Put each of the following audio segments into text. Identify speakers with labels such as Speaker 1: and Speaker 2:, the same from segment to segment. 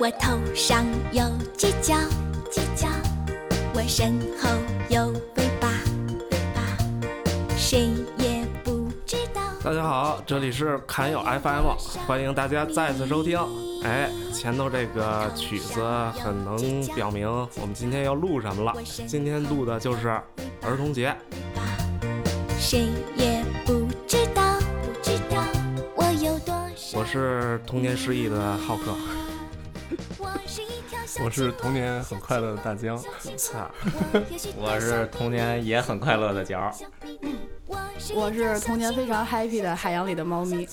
Speaker 1: 我头上有犄角，犄角；我身后有尾巴，尾巴。谁也不知道。
Speaker 2: 大家好，这里是侃友 FM，欢迎大家再次收听。哎，前头这个曲子很能表明我们今天要录什么了。啊今天录的就是儿童节，
Speaker 1: 谁也不知道，不知道我有多傻。
Speaker 2: 我是童年失忆的浩克。
Speaker 1: 我是一条小
Speaker 3: 我是童年很快乐的大江，
Speaker 2: 操，
Speaker 4: 我是童年也很快乐的角儿，
Speaker 5: 我是童年非常 happy 的海洋里的猫咪。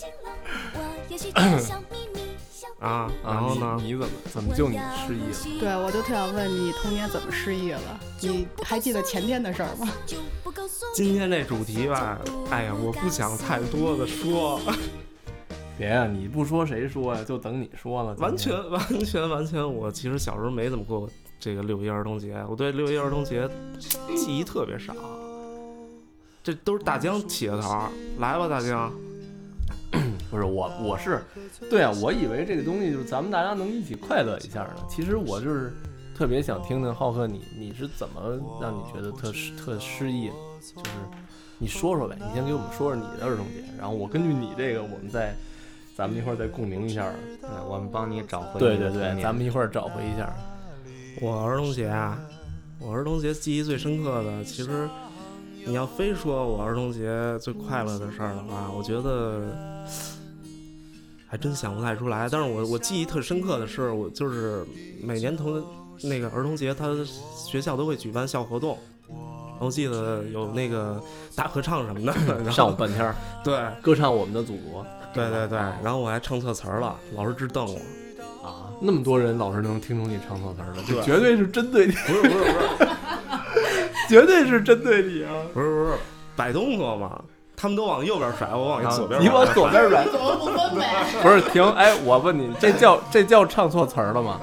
Speaker 2: 啊，然后呢？
Speaker 3: 你你怎么怎么就你失忆了？
Speaker 5: 对，我就特想问你，童年怎么失忆了？你还记得前天的事 儿吗？
Speaker 2: 今天这主题吧，哎呀，我不想太多的说，
Speaker 3: 别啊，你不说谁说呀？就等你说了。
Speaker 2: 完
Speaker 3: 今天
Speaker 2: 全 完全完全，我其实小时候没怎么过这个六一儿童节，我对六一儿童节记忆特别少。这都是大江起的头儿，来吧，大江，
Speaker 3: 不是我，我是对啊，我以为这个东西就是咱们大家能一起快乐一下呢。其实我就是特别想听听浩克你，你是怎么让你觉得特失特失忆？就是你说说呗，你先给我们说说你的儿童节，然后我根据你这个，我们再咱们一块儿再共鸣一下。
Speaker 4: 对，我们帮你找回
Speaker 3: 对
Speaker 4: 你
Speaker 3: 对
Speaker 4: 的童
Speaker 3: 对，
Speaker 4: 年
Speaker 3: 咱们一块儿找回一下。
Speaker 2: 我儿童节啊，我儿童节记忆最深刻的，其实你要非说我儿童节最快乐的事儿的话，我觉得还真想不太出来。但是我我记忆特深刻的是，我就是每年同那个儿童节，他学校都会举办校活动，然后记得有那个大合唱什么的， 然后
Speaker 3: 上午半天儿，
Speaker 2: 对
Speaker 3: 歌唱我们的祖国。
Speaker 2: 对对对，然后我还唱错词儿了，老师直瞪我。
Speaker 3: 啊，那么多人老是能听出你唱错词儿的，
Speaker 2: 对
Speaker 3: 这绝对是针对你，
Speaker 2: 不是不是不是。
Speaker 3: 绝对是针对你啊！
Speaker 2: 不是不是，摆动作嘛，他们都往右边甩，我往左边甩。
Speaker 3: 你往左边软，
Speaker 5: 怎么不分呗？
Speaker 3: 不是停？哎，我问你，这叫这叫唱错词儿了吗？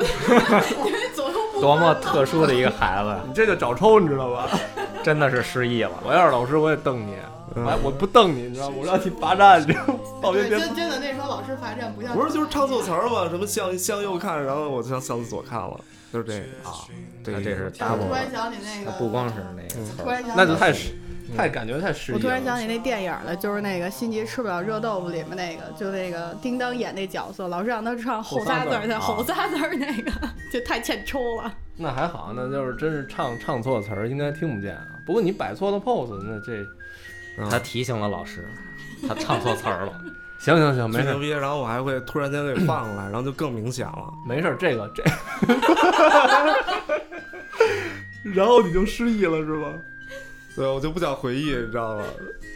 Speaker 4: 多么特殊的一个孩子，
Speaker 3: 你这就找抽，你知道 吧？
Speaker 4: 真的是失忆了。
Speaker 3: 我要是老师，我也瞪你，
Speaker 2: 嗯
Speaker 3: 哎，我不瞪你，你知道吗？我让你罚站，你知道吗？到
Speaker 5: 对，
Speaker 3: 边
Speaker 5: 真真
Speaker 3: 边
Speaker 5: 的那时候老师罚站不像。
Speaker 2: 不是就是唱错词儿嘛，什么向向右看，然后我向向左看了，就是这个啊。
Speaker 4: 那
Speaker 2: 个
Speaker 4: 这是
Speaker 5: 我
Speaker 4: double，
Speaker 5: 突然
Speaker 4: 了
Speaker 5: 想起那
Speaker 4: 它
Speaker 5: 个，
Speaker 4: 不光是那个词
Speaker 5: 突
Speaker 4: 儿，嗯
Speaker 5: 然想
Speaker 3: 那就
Speaker 5: 起
Speaker 3: 太失太感觉太失
Speaker 5: 我
Speaker 3: 忆
Speaker 5: 突然
Speaker 3: 了。
Speaker 5: 想起那电影了，就是那个《心急吃不了热豆腐》里面那个，就那个叮当演那角色，老是让他唱吼仨字
Speaker 3: 吼仨
Speaker 5: 儿，对，吼
Speaker 3: 字儿
Speaker 5: 仨字儿那个， 就太欠抽了。
Speaker 3: 那还好，那就是真是唱唱错词儿，应该听不见啊。不过你摆错了 pose，那这
Speaker 4: 他提醒了老师，他唱错词儿了。
Speaker 3: 行行行，没
Speaker 2: 吹
Speaker 3: 事
Speaker 2: 牛
Speaker 3: 儿
Speaker 2: 逼，然后我还会突然间给放过来，然后就更明显了。
Speaker 3: 没事儿，这个 这，然后你就失忆了是吧？
Speaker 2: 对，我就不想回忆，你知道吗？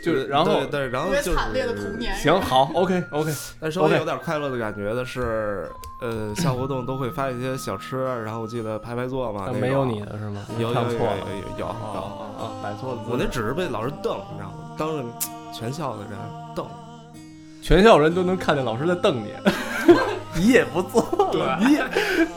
Speaker 3: 就是然后
Speaker 2: 对对，然后
Speaker 5: 特别
Speaker 2: 就是
Speaker 5: 惨烈的童年。
Speaker 3: 行，好，OK OK，
Speaker 2: 但稍微
Speaker 3: OK
Speaker 2: 有点快乐的感觉的是，呃，校活动都会发一些小吃，然后我记得排排坐嘛，
Speaker 3: 但
Speaker 2: 那个
Speaker 3: 啊没有你，的是吗？
Speaker 2: 有有
Speaker 3: 唱错
Speaker 2: 有
Speaker 3: 了，
Speaker 2: 有有有有。
Speaker 3: 哦哦哦，摆错了。
Speaker 2: 我那只是被老师瞪，你知道吗？当着全校的人瞪。
Speaker 3: 全校人都能看见老师在瞪 你，你也不错，你也，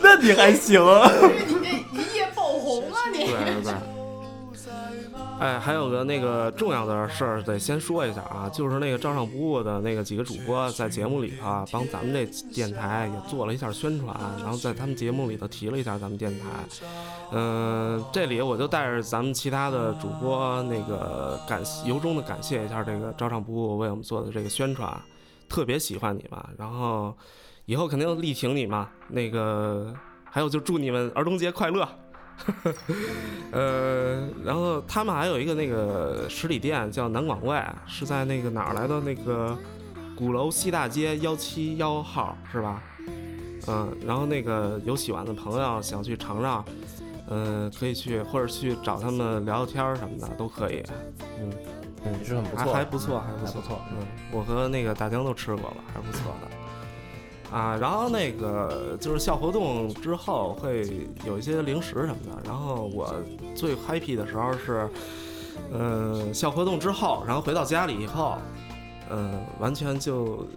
Speaker 3: 那你还行啊。
Speaker 5: 你这一夜爆红啊
Speaker 2: 对
Speaker 5: 你！
Speaker 2: 对对。 哎，还有个那个重要的事儿得先说一下啊，就是那个照上不误的那个几个主播在节目里头啊，帮咱们这电台也做了一下宣传，然后在他们节目里头提了一下咱们电台。嗯、这里我就带着咱们其他的主播那个感由衷的感谢一下这个照上不误为我们做的这个宣传，特别喜欢你们，然后以后肯定力挺你们。那个还有就祝你们儿童节快乐。呃，然后他们还有一个那个实体店叫南广外，是在那个哪儿来的？那个鼓楼西大街幺七幺号是吧？嗯、然后那个有喜欢的朋友想去尝尝，呃，可以去或者去找他们聊聊天儿什么的都可以，嗯，
Speaker 3: 你是很不
Speaker 2: 还
Speaker 3: 错，
Speaker 2: 还不错，还不
Speaker 3: 还
Speaker 2: 错
Speaker 3: 不。错。
Speaker 2: 嗯，我和那个大江都吃过了，还不错的。啊，然后那个就是校活动之后会有一些零食什么的。然后我最 happy 的时候是，呃，校活动之后，然后回到家里以后，呃，完全就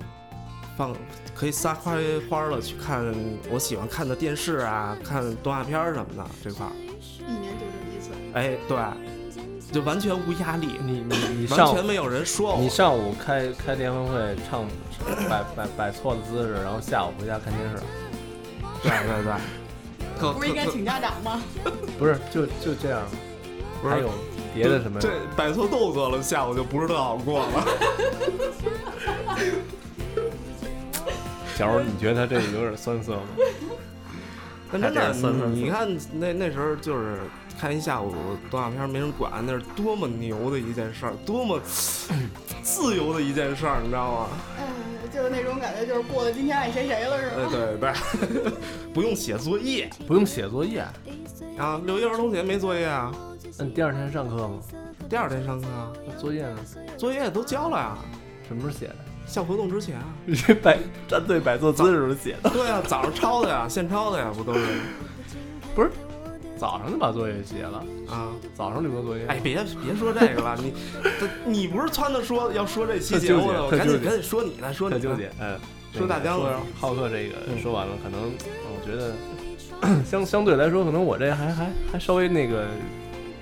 Speaker 2: 放可以撒开花儿了去看我喜欢看的电视啊，看动画片儿什么的这块儿。
Speaker 5: 一年就这一次，
Speaker 2: 哎，对，就完全无压力，
Speaker 3: 你 你你
Speaker 2: 完
Speaker 3: 上
Speaker 2: 全没有人说
Speaker 3: 你
Speaker 2: 我。
Speaker 3: 上午开开联欢会唱，摆摆摆错了姿势，然后下午回家看电视，
Speaker 2: 对对对， 特
Speaker 6: 不是应该
Speaker 2: 特特
Speaker 6: 请家长 吗？
Speaker 3: 不是就就这样，
Speaker 2: 不
Speaker 3: 还
Speaker 2: 是
Speaker 3: 有别的什么？
Speaker 2: 这摆错动作了，下午就不是特好过 了。
Speaker 3: 小时候你觉得他这有点酸涩吗？
Speaker 2: 但
Speaker 4: 还
Speaker 2: 真的
Speaker 4: 真是酸酸，
Speaker 2: 你
Speaker 4: 涩
Speaker 2: 看那那时候就是看一下午动画片没人管，那是多么牛的一件事儿，多么 自由的一件事儿，你知道 吗？
Speaker 5: 哎，
Speaker 6: 就是那种感觉，就是过了今天爱谁谁了，是
Speaker 2: 对
Speaker 6: 吧？
Speaker 2: 哎对对， 不用写作业
Speaker 3: 不用写作业，
Speaker 2: 啊，六一儿童节没作业啊，
Speaker 3: 那你第二天上课吗？
Speaker 2: 第二天上课啊，
Speaker 3: 那作业呢？
Speaker 2: 作业都交了呀，
Speaker 3: 什么时候写的？
Speaker 2: 下活动之前啊。
Speaker 3: 你这摆站队摆坐姿势时候写的？
Speaker 2: 对啊，早上抄的呀，现抄的呀，不都是
Speaker 3: 不是，早上就把作业写了，
Speaker 2: 啊？
Speaker 3: 早上留的作业。
Speaker 2: 哎，，别别说这个了，你这你不是撺掇说要说这期节目的，我
Speaker 3: 特
Speaker 2: 赶
Speaker 3: 纠结
Speaker 2: 紧赶紧说你的，说
Speaker 3: 特
Speaker 2: 你
Speaker 3: 纠
Speaker 2: 的。
Speaker 3: 结。嗯，
Speaker 2: 说大疆
Speaker 3: 说
Speaker 2: 吧
Speaker 3: 浩克这个说完了，可能呃我觉得 相相对来说，可能我这还还还稍微那个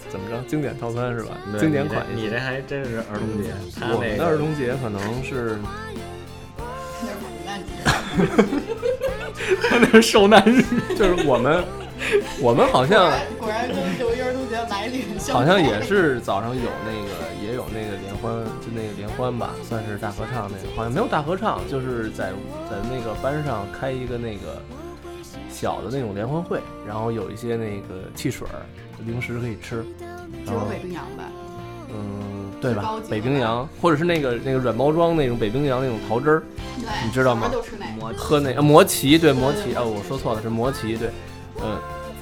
Speaker 3: 怎么着，经典套餐是吧？
Speaker 4: 对
Speaker 3: 经典款
Speaker 4: 你这
Speaker 3: 一
Speaker 4: 你
Speaker 3: 些。
Speaker 4: 这还真是儿童节，他
Speaker 3: 我
Speaker 4: 那
Speaker 3: 们的儿童节可能 是呃
Speaker 6: 那是苦难节。
Speaker 3: 那是受难日， 就是我们我们好像
Speaker 6: 果然跟六一儿童节的来历很 相
Speaker 3: 好像也是早上有那个，也有那个联欢，就那个联欢吧，算是大合唱那个，好像没有大合唱，就是在在那个班上开一个那个小的那种联欢会，然后有一些那个汽水儿、零食可以吃，
Speaker 6: 只
Speaker 3: 然
Speaker 6: 有
Speaker 3: 后
Speaker 6: 北冰洋吧，
Speaker 3: 嗯，对
Speaker 6: 最
Speaker 3: 吧
Speaker 6: 高级？的
Speaker 3: 北冰洋，或者是那个那个软包装那种北冰洋那种桃汁儿，
Speaker 6: 对，
Speaker 3: 哦你知道吗
Speaker 6: 小时候就吃那个，
Speaker 3: 喝那呃魔奇，对魔奇，哦，我说错了，是魔奇，对，嗯，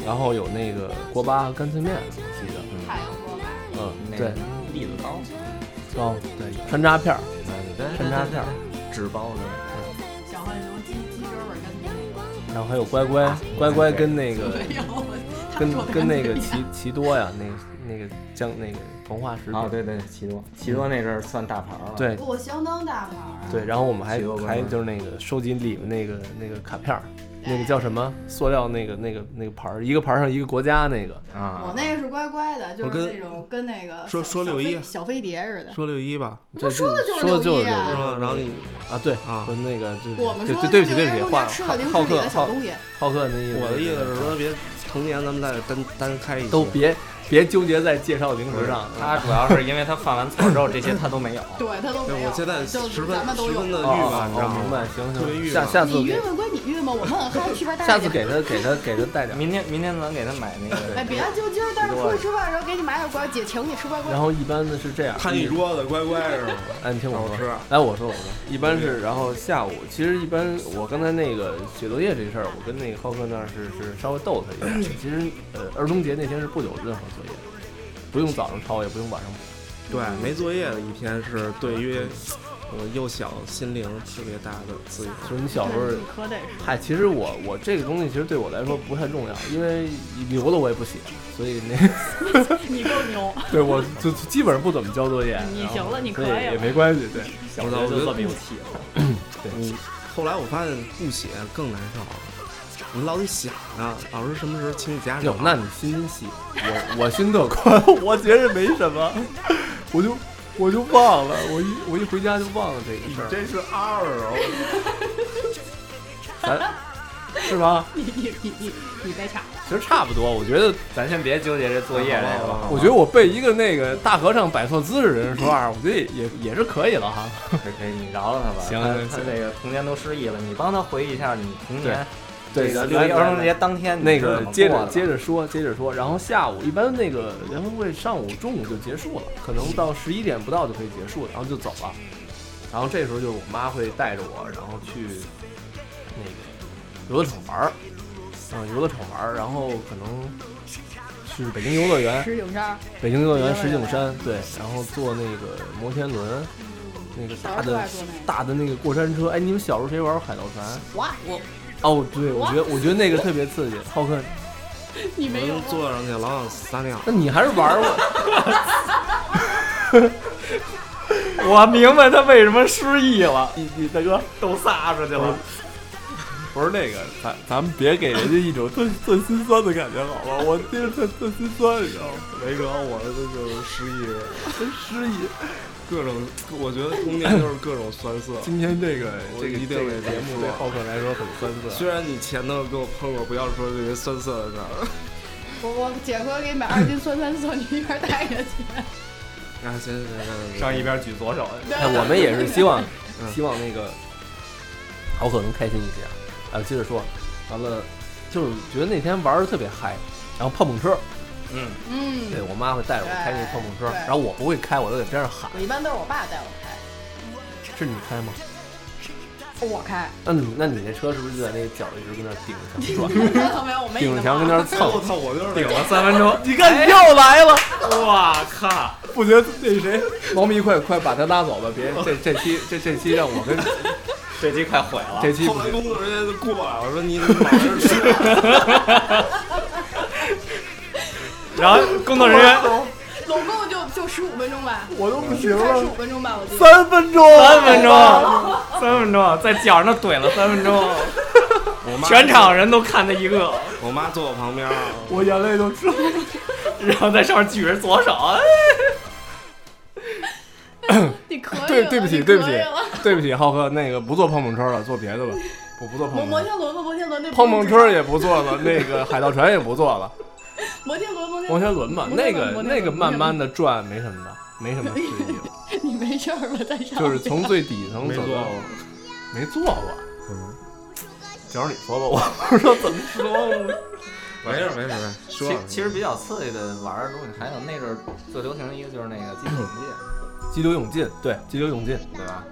Speaker 3: 然后有那个锅巴和干脆面，我记得，嗯
Speaker 6: 太有锅巴。
Speaker 4: 那
Speaker 3: 嗯，
Speaker 4: 个
Speaker 3: 对，
Speaker 4: 栗子糕，
Speaker 3: 哦，对，山楂片儿。山
Speaker 4: 嗯山
Speaker 3: 楂片儿，
Speaker 4: 纸包的那个，
Speaker 6: 小浣熊鸡鸡汁味儿跟
Speaker 3: 然后还有乖乖，乖乖跟那个
Speaker 6: 没有，他们
Speaker 3: 跟
Speaker 6: 说的
Speaker 3: 跟 那
Speaker 6: 不
Speaker 3: 个
Speaker 6: 一样
Speaker 3: 奇奇多呀，那个那个江那个膨化食品，
Speaker 4: 啊，对对，奇多，奇多那阵儿算大牌儿了，，
Speaker 3: 对
Speaker 6: 我相当大牌儿啊。
Speaker 3: 对，然后我们还
Speaker 4: 奇多乖乖
Speaker 3: 还就是那个收集里面那个那个卡片儿，那个叫什么塑料那个那个那个牌儿，一个牌儿上一个国家那个，
Speaker 6: 我
Speaker 4: 啊，
Speaker 6: 那个是乖乖的，就
Speaker 2: 我跟
Speaker 6: 是那种跟那个
Speaker 2: 说
Speaker 6: 小
Speaker 2: 说
Speaker 6: 小
Speaker 2: 六一啊
Speaker 6: 飞小飞碟似的。
Speaker 2: 说六一吧，
Speaker 3: 这
Speaker 6: 说的就是
Speaker 3: 说的
Speaker 6: 六
Speaker 3: 就
Speaker 6: 一
Speaker 3: 是
Speaker 6: 啊
Speaker 2: 是吧？然后你
Speaker 3: 啊，对
Speaker 2: 啊
Speaker 3: 说那个就
Speaker 6: 我们
Speaker 3: 对
Speaker 6: 说
Speaker 3: 对对不起
Speaker 6: 六
Speaker 3: 对
Speaker 6: 一
Speaker 3: 不起，
Speaker 6: 儿童
Speaker 3: 换
Speaker 6: 节吃了
Speaker 3: 浩
Speaker 6: 零食
Speaker 3: 浩
Speaker 6: 里
Speaker 3: 克
Speaker 6: 的小
Speaker 3: 浩
Speaker 6: 东西，
Speaker 3: 浩克那意思，
Speaker 2: 我的意思是说，别成年咱们再单单开一期
Speaker 3: 都别别纠结在介绍零
Speaker 4: 不
Speaker 3: 食
Speaker 4: 是
Speaker 3: 上，
Speaker 4: 他主要是因为他犯完错之后，这些他都没有。
Speaker 6: 对他都
Speaker 2: 对
Speaker 6: 没有。
Speaker 2: 我现在
Speaker 6: 就
Speaker 2: 十
Speaker 6: 是
Speaker 2: 分
Speaker 6: 咱们都
Speaker 2: 十
Speaker 6: 有
Speaker 2: 分的
Speaker 3: 哦
Speaker 2: 郁闷，
Speaker 3: 哦
Speaker 2: 你知道
Speaker 3: 哦明
Speaker 2: 吗？
Speaker 3: 白，行
Speaker 2: 特别郁闷
Speaker 3: 行，下下次
Speaker 6: 你郁
Speaker 3: 给
Speaker 6: 闷归你郁闷，我们很 happy 吧。
Speaker 3: 下次给他给他给他带点儿。
Speaker 4: 明天明天咱给他买那
Speaker 6: 哎，
Speaker 4: 个，
Speaker 6: 别就今儿带着出去吃饭的时候给你买点乖，姐请你吃乖乖。
Speaker 3: 然后一般的是这样，
Speaker 2: 看一桌子乖乖是吧？
Speaker 3: 哎，你听
Speaker 2: 好
Speaker 3: 我
Speaker 2: 吃啊
Speaker 3: 说，来，我说我说，一般是，然后下午，其实一般我刚才那个写作业这事儿，我跟那个浩克那儿是是稍微逗 他一下。其实呃，儿童节那天是不有任何作业的，不用早上抄，也不用晚上补。
Speaker 2: 对，没作业的一天是对于我幼小心灵特别大的自由。
Speaker 3: 就是你小时候，
Speaker 5: 可得是
Speaker 3: 嗨，哎其实我我这个东西其实对我来说不太重要，因为留了我也不写，所以 那
Speaker 5: 你够牛，
Speaker 3: 对我就就基本上不怎么交作业。
Speaker 5: 你
Speaker 3: 然后
Speaker 5: 行了你可
Speaker 3: 所
Speaker 5: 以
Speaker 3: 也
Speaker 5: 了
Speaker 3: 没关系，对。
Speaker 4: 小
Speaker 2: 不
Speaker 4: 时
Speaker 2: 知道
Speaker 4: 候
Speaker 2: 我觉
Speaker 4: 就
Speaker 2: 得
Speaker 4: 这么有气了。
Speaker 2: 你后来我发现不写更难受，我老得想呢，老师什么时候亲戚家
Speaker 3: 哟
Speaker 2: 长？，
Speaker 3: 那你心真细，我我心特宽， 我觉着没什么，我就我就忘了，我一我一回家就忘了这个事儿，
Speaker 2: 真是二哦！
Speaker 3: 咱是吧？
Speaker 5: 你你你你你在场，
Speaker 3: 其实差不多，我觉得，
Speaker 4: 咱先别纠结这作业这个了，
Speaker 3: 我觉得我被一个那个大和尚摆错姿势的人说二，我觉得也也也是可以了哈。
Speaker 4: 可以可以，你饶了他吧。
Speaker 3: 行
Speaker 4: 他
Speaker 3: 行
Speaker 4: 他这个童年都失忆了，你帮他回忆一下你童年。
Speaker 3: 对
Speaker 4: 这个
Speaker 3: 咱
Speaker 4: 六一儿童
Speaker 3: 咱
Speaker 4: 节当天
Speaker 3: 那个接着接
Speaker 4: 着，
Speaker 3: 着说，接着说，然后下午一般那个联欢会上午中午就结束了，可能到十一点不到就可以结束，然后就走了。然后这时候就是我妈会带着我，然后去那个游乐场玩儿，嗯，游乐场玩儿，然后可能去北京游乐园，
Speaker 5: 石景山，
Speaker 3: 北京游乐园石景山，对，然后坐那个摩天轮，那个大的大的那个过山车，哎，你们小时候谁玩过海盗船？
Speaker 6: 哇，我
Speaker 3: 哦，对，我觉得我觉得那个特别刺激，浩克
Speaker 5: 你
Speaker 2: 我
Speaker 5: 没有
Speaker 2: 能坐上去老想撒尿。
Speaker 3: 那你还是玩我。 我明白他为什么失忆了。你你大哥都撒出去了。不是那个，咱咱们别给人家一种特特心酸的感觉，好 吧？我听着特特心酸，你知道吗？
Speaker 2: 雷哥，我这就失忆了。
Speaker 3: 真失忆。
Speaker 2: 各种，我觉得童年就是各种酸涩。
Speaker 3: 今天这个
Speaker 2: 我
Speaker 3: 这个
Speaker 2: 一定
Speaker 3: 这
Speaker 2: 得
Speaker 3: 个节目
Speaker 2: 说
Speaker 3: 对浩克来说很酸涩
Speaker 2: 虽然你前头跟我碰过，不要说这些酸涩的事儿。
Speaker 6: 我我姐夫给你买二斤酸酸涩，你一边带着去。
Speaker 2: 啊，行行行行
Speaker 3: 啊，
Speaker 2: 行，
Speaker 3: 上一边举左手。
Speaker 6: 对
Speaker 3: 哎，我们也是希望
Speaker 2: 嗯
Speaker 3: 希望那个浩克能开心一些啊。啊，接着说，完了就是觉得那天玩的特别嗨，然后碰碰车，
Speaker 2: 嗯，
Speaker 6: 嗯，
Speaker 3: 对我妈会带着我开那个碰碰车，
Speaker 6: 对
Speaker 3: 然后我不会开，我就在边上喊
Speaker 6: 我一般都是我爸带我开，：“
Speaker 3: 是你开吗？”
Speaker 6: 我 开。
Speaker 3: 那你那你那车是不是就在那个角一直跟那儿顶着墙转，
Speaker 6: 没有，我没你
Speaker 3: 顶着
Speaker 6: 那
Speaker 3: 墙跟那儿
Speaker 6: 么
Speaker 2: 哎我
Speaker 3: 蹭？
Speaker 2: 操，我就是那
Speaker 4: 顶
Speaker 2: 个
Speaker 4: 了三分钟，
Speaker 3: 你看又来 了，
Speaker 4: 哇靠！
Speaker 3: 不觉得那谁猫咪快快把他拉走吧，别这这期这这期让我 跟
Speaker 4: 这集快毁了，
Speaker 3: 这期
Speaker 2: 后
Speaker 3: 不
Speaker 2: 来
Speaker 3: 行
Speaker 2: 工作人员就过来，我说你怎么老是吃？
Speaker 4: 然后工作人 员
Speaker 6: 总共就就十五分钟吧，
Speaker 3: 我都不行
Speaker 6: 就才十
Speaker 3: 了
Speaker 6: 五，分钟吧，我记得。
Speaker 3: 三分钟，
Speaker 4: 三分钟，三分钟在脚上那怼了三分钟，
Speaker 2: 我妈
Speaker 4: 全场人都看他一个，
Speaker 2: 我妈坐我旁边儿，啊
Speaker 3: 我眼泪都出来了。
Speaker 4: 然后在上面举着左手，哎
Speaker 6: 你可以了，
Speaker 3: 对对不起
Speaker 6: 你
Speaker 3: 对不起
Speaker 6: 可以了
Speaker 3: 对不起，浩哥，那个不坐碰碰车了，做别 的吧，我不坐
Speaker 6: 摩
Speaker 3: 碰
Speaker 6: 摩
Speaker 3: 碰车，
Speaker 6: 天轮吧，摩天轮那
Speaker 3: 碰碰车也不坐了，那个海盗船也不坐了，
Speaker 6: 摩天轮，
Speaker 3: 摩
Speaker 6: 摩天轮，
Speaker 3: 天轮吧，
Speaker 6: 摩
Speaker 3: 那
Speaker 6: 天轮
Speaker 3: 个
Speaker 6: 摩天轮
Speaker 3: 那个
Speaker 6: 摩天轮
Speaker 3: 慢慢的转没什么的，没什么事情。
Speaker 6: 你没事儿吧？在上
Speaker 3: 就是从最底层
Speaker 2: 没
Speaker 3: 走
Speaker 2: 坐
Speaker 3: 到
Speaker 2: 过，
Speaker 3: 没坐过。嗯只要你说吧，我不知道怎么说。
Speaker 2: 没事没事没事，说
Speaker 4: 其
Speaker 2: 吧
Speaker 4: 其实比较刺激的玩儿的东西，还有那阵儿最流行的一个就是那个机器人界，
Speaker 3: 激流勇进，对，激流勇进，
Speaker 4: 对吧？